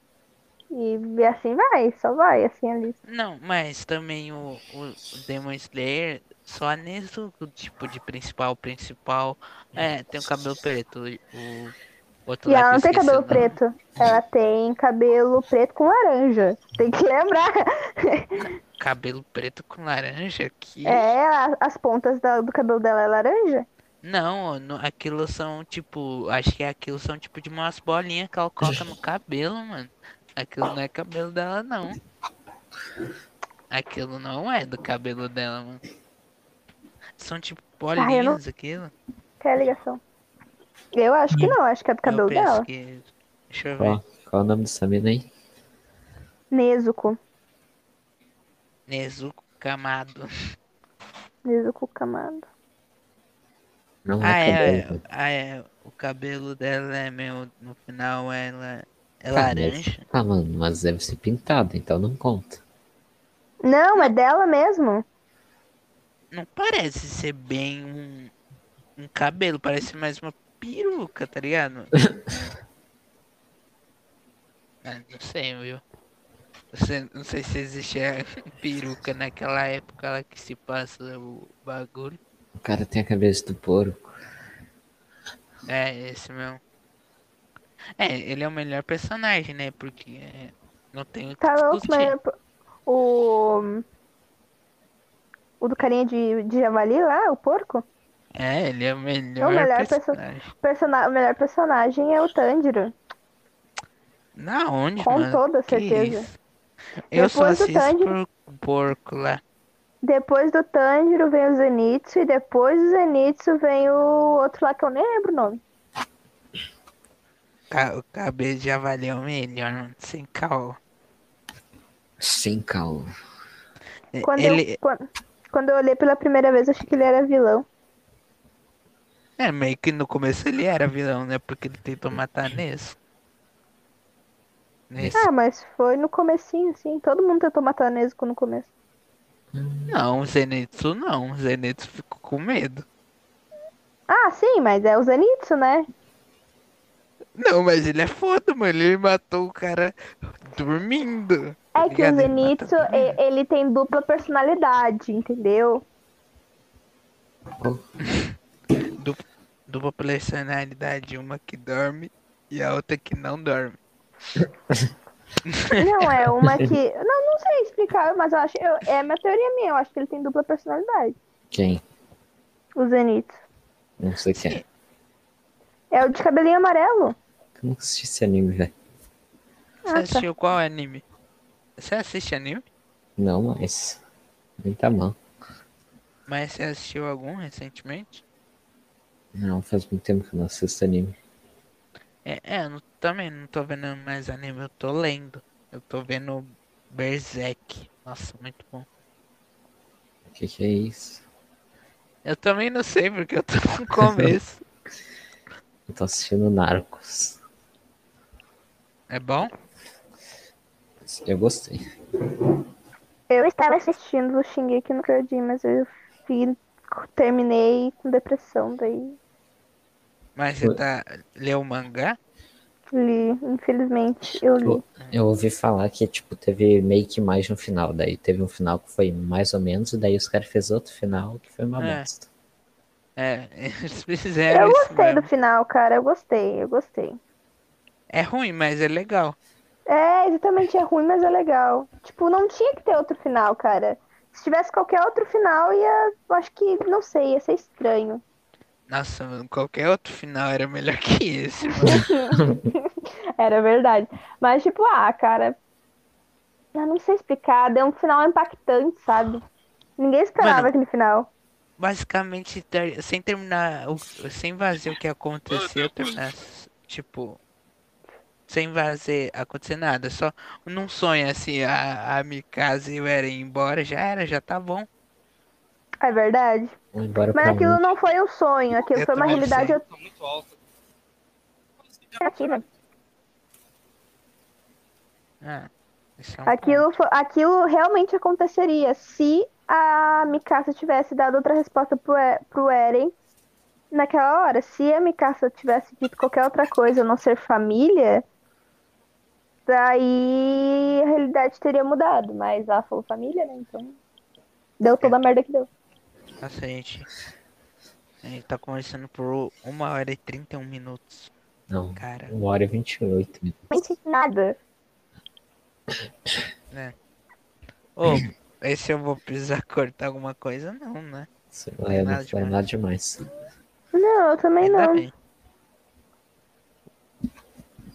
E, e assim vai, só vai, assim ali.
Não, mas também o, o Demon Slayer, só nesse tipo de principal, principal, é, tem o cabelo preto. O, o outro
E
lá
ela
que
não
eu esqueci
tem
o
cabelo
nome.
preto, ela tem cabelo preto com laranja. Tem que [laughs] lembrar.
Cabelo preto com laranja? Que...
É, a- as pontas da- do cabelo dela é laranja?
Não, no- aquilo são tipo. Acho que aquilo são tipo de umas bolinhas que ela coloca no cabelo, mano. Aquilo não é cabelo dela, não. Aquilo não é do cabelo dela, mano. São tipo
Ah, eu não-
bolinhas, aquilo.
Qual é a ligação? Eu acho que não, acho que é do cabelo
Hum. eu penso
dela.
que. Deixa eu ver.
Ó, qual é o nome dessa mina aí?
Nezuko.
Nezuko Kamado.
Nezuko Kamado.
Não
Ah,
é
é,
cabelo.
ah, é. O cabelo dela é meio. No final ela é
mas-
laranja.
Ah, mano, mas deve ser pintado, então não conta.
Não, é dela mesmo.
Não parece ser bem um, um cabelo, parece mais uma peruca, tá ligado? Ah, não sei, viu? Não sei- não sei se existia [laughs] peruca naquela época lá que se passa o bagulho.
O cara tem a cabeça do porco.
É, esse mesmo. É, ele é o melhor personagem, né? Porque é, não tem o que
Tá louco,
discutir.
mas o. O do carinha de, de javali lá, o porco?
É, ele é o melhor,
melhor perso-
personagem.
O persona- o melhor personagem é o Tanjiro.
Na onde,
Com
mano?
toda
Que
certeza.
isso? Eu só
Depois do
assisto
Tanjiro.
por porco lá.
Depois do Tanjiro vem o Zenitsu e depois do Zenitsu vem o outro lá que eu nem lembro o nome.
Ca- O cabelo já valeu melhor, mano. Sem caô.
Sim, calma.
E-
Quando,
É, Ele
eu, quando, quando eu olhei pela primeira vez, eu achei que ele era vilão.
é meio que no começo ele era vilão, né? Porque ele tentou matar Nesso. Nesso.
Ah, mas foi no comecinho, assim. Todo mundo tentou matar Nezuko no começo.
Não, o Zenitsu não. O Zenitsu ficou com medo.
Ah, sim, mas é o Zenitsu, né?
Não, mas ele é foda, mano. Ele matou o cara dormindo. tá
É que o
ligado? Ele mata
Zenitsu,
dormindo.
e- ele tem dupla personalidade, entendeu?
dupla personalidade, uma que dorme e a outra que não dorme.
Não, é uma que... Não, não sei explicar, mas eu acho... eu- é a minha teoria minha, eu acho que ele tem dupla personalidade,
Quem?
o Zenitsu.
Não sei quem.
É o de cabelinho amarelo.
Eu nunca assisti esse anime, velho.
Ah,
Você
tá.
assistiu qual anime? Você assiste anime?
Não, mas. Nem tá mal.
Mas você assistiu algum recentemente?
Não, faz muito tempo que eu não assisto anime.
É, é eu não- também não tô vendo mais anime, eu tô lendo. Eu tô vendo Berserk. Nossa, muito bom.
O que, que é isso?
Eu também não sei porque eu tô no
[laughs]
começo.
Eu tô assistindo Narcos.
É bom?
Eu gostei.
Eu estava assistindo o Shingeki no Kyojin, mas eu fi- terminei com depressão, daí
Mas você tá. Leu o mangá?
li, infelizmente, eu li.
Eu ouvi falar que, tipo, teve meio que mais no final. Daí teve um final que foi mais ou menos, e daí os caras fez outro final que foi uma
É.
bosta.
É, [laughs] eles fizeram
Eu
É isso né?
gostei do
mesmo.
final, cara, eu gostei, eu gostei.
É ruim, mas é legal.
É, exatamente, é ruim, mas é legal. Tipo, não tinha que ter outro final, cara. Se tivesse qualquer outro final, ia. Eu acho que, não sei, ia ser estranho.
Nossa, mano, qualquer outro final era melhor que esse, mano.
Era verdade. Mas, tipo, ah, cara. Eu não sei explicar, deu um final impactante, sabe? Ninguém esperava
Mano.
aquele final.
Basicamente, ter- sem terminar, o- sem fazer o que aconteceu, terminar, s- tipo, sem fazer acontecer nada, só num sonho, assim, a, a Mikasa e o Eren embora, já era, já tá bom.
É verdade.
Embora
Mas
pra mim.
aquilo não foi um sonho, aquilo
Eu
foi uma
também não
realidade
sei.
eu-
Tá muito alto.
alternativa.
Ah, isso é um
Aquilo, fo- aquilo realmente aconteceria se a Mikasa tivesse dado outra resposta pro, E- pro Eren naquela hora. Se a Mikasa tivesse dito qualquer outra coisa a não ser família, daí a realidade teria mudado. Mas ela falou família, né? Então deu toda
É.
a merda que deu.
ponto. Nossa, gente, a gente tá conversando por uma hora e 31 minutos,
Não,
cara.
1 hora e 28 minutos.
Realmente nada.
Ô, esse eu vou precisar [laughs] cortar alguma coisa? Não, né?
Sei lá, eu
nada
não foi
demais.
nada demais.
Não, eu também
Ainda
não.
bem.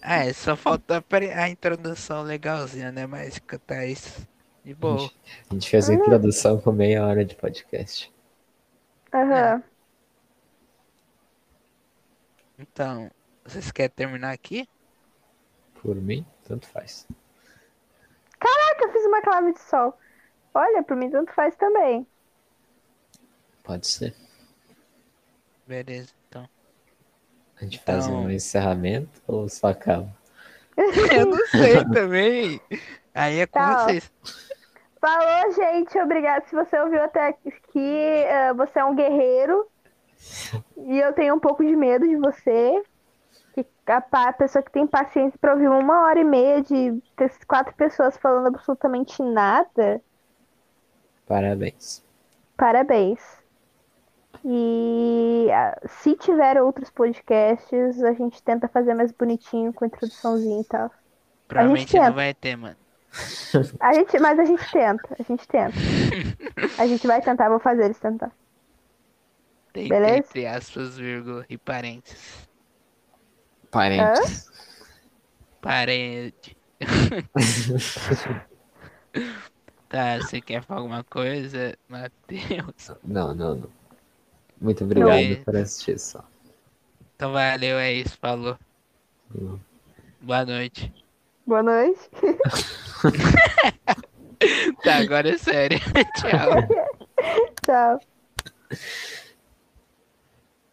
Ah, é, só falta a pre- a introdução legalzinha, né? Mas cantar isso de boa.
A gente fez a introdução com meia hora de podcast.
Aham.
É. Então, vocês querem terminar aqui?
Por mim, tanto faz.
Ah, que eu fiz uma clave de sol. Olha, por mim tanto faz também.
Pode ser.
Beleza,
[laughs]
então.
A gente
Então-
faz um encerramento ou só acaba?
Eu não [laughs] sei também. Aí é com
Tá, ó.
vocês.
Falou, gente. Obrigada se você ouviu até aqui. Eh, você é um guerreiro. E eu tenho um pouco de medo de você. Que a pa- a pessoa que tem paciência pra ouvir uma hora e meia de ter quatro pessoas falando absolutamente nada,
Parabéns.
parabéns. E ah, se tiver outros podcasts, a gente tenta fazer mais bonitinho, com introduçãozinha e tal.
Provavelmente
tenta.
não vai ter, mano.
A gente, mas a gente tenta, a gente tenta. A gente vai tentar, vou fazer eles tentar.
Tem
Beleza?
entre aspas, vírgula e parênteses.
Parentes.
Parede. [laughs] tá, você quer falar alguma coisa, Matheus?
Não, não, não. Muito obrigado
Não.
por assistir só.
Então valeu, é isso, falou.
Falou.
Boa noite.
Boa noite.
[laughs] Tá, agora é sério. Tchau.
Tchau.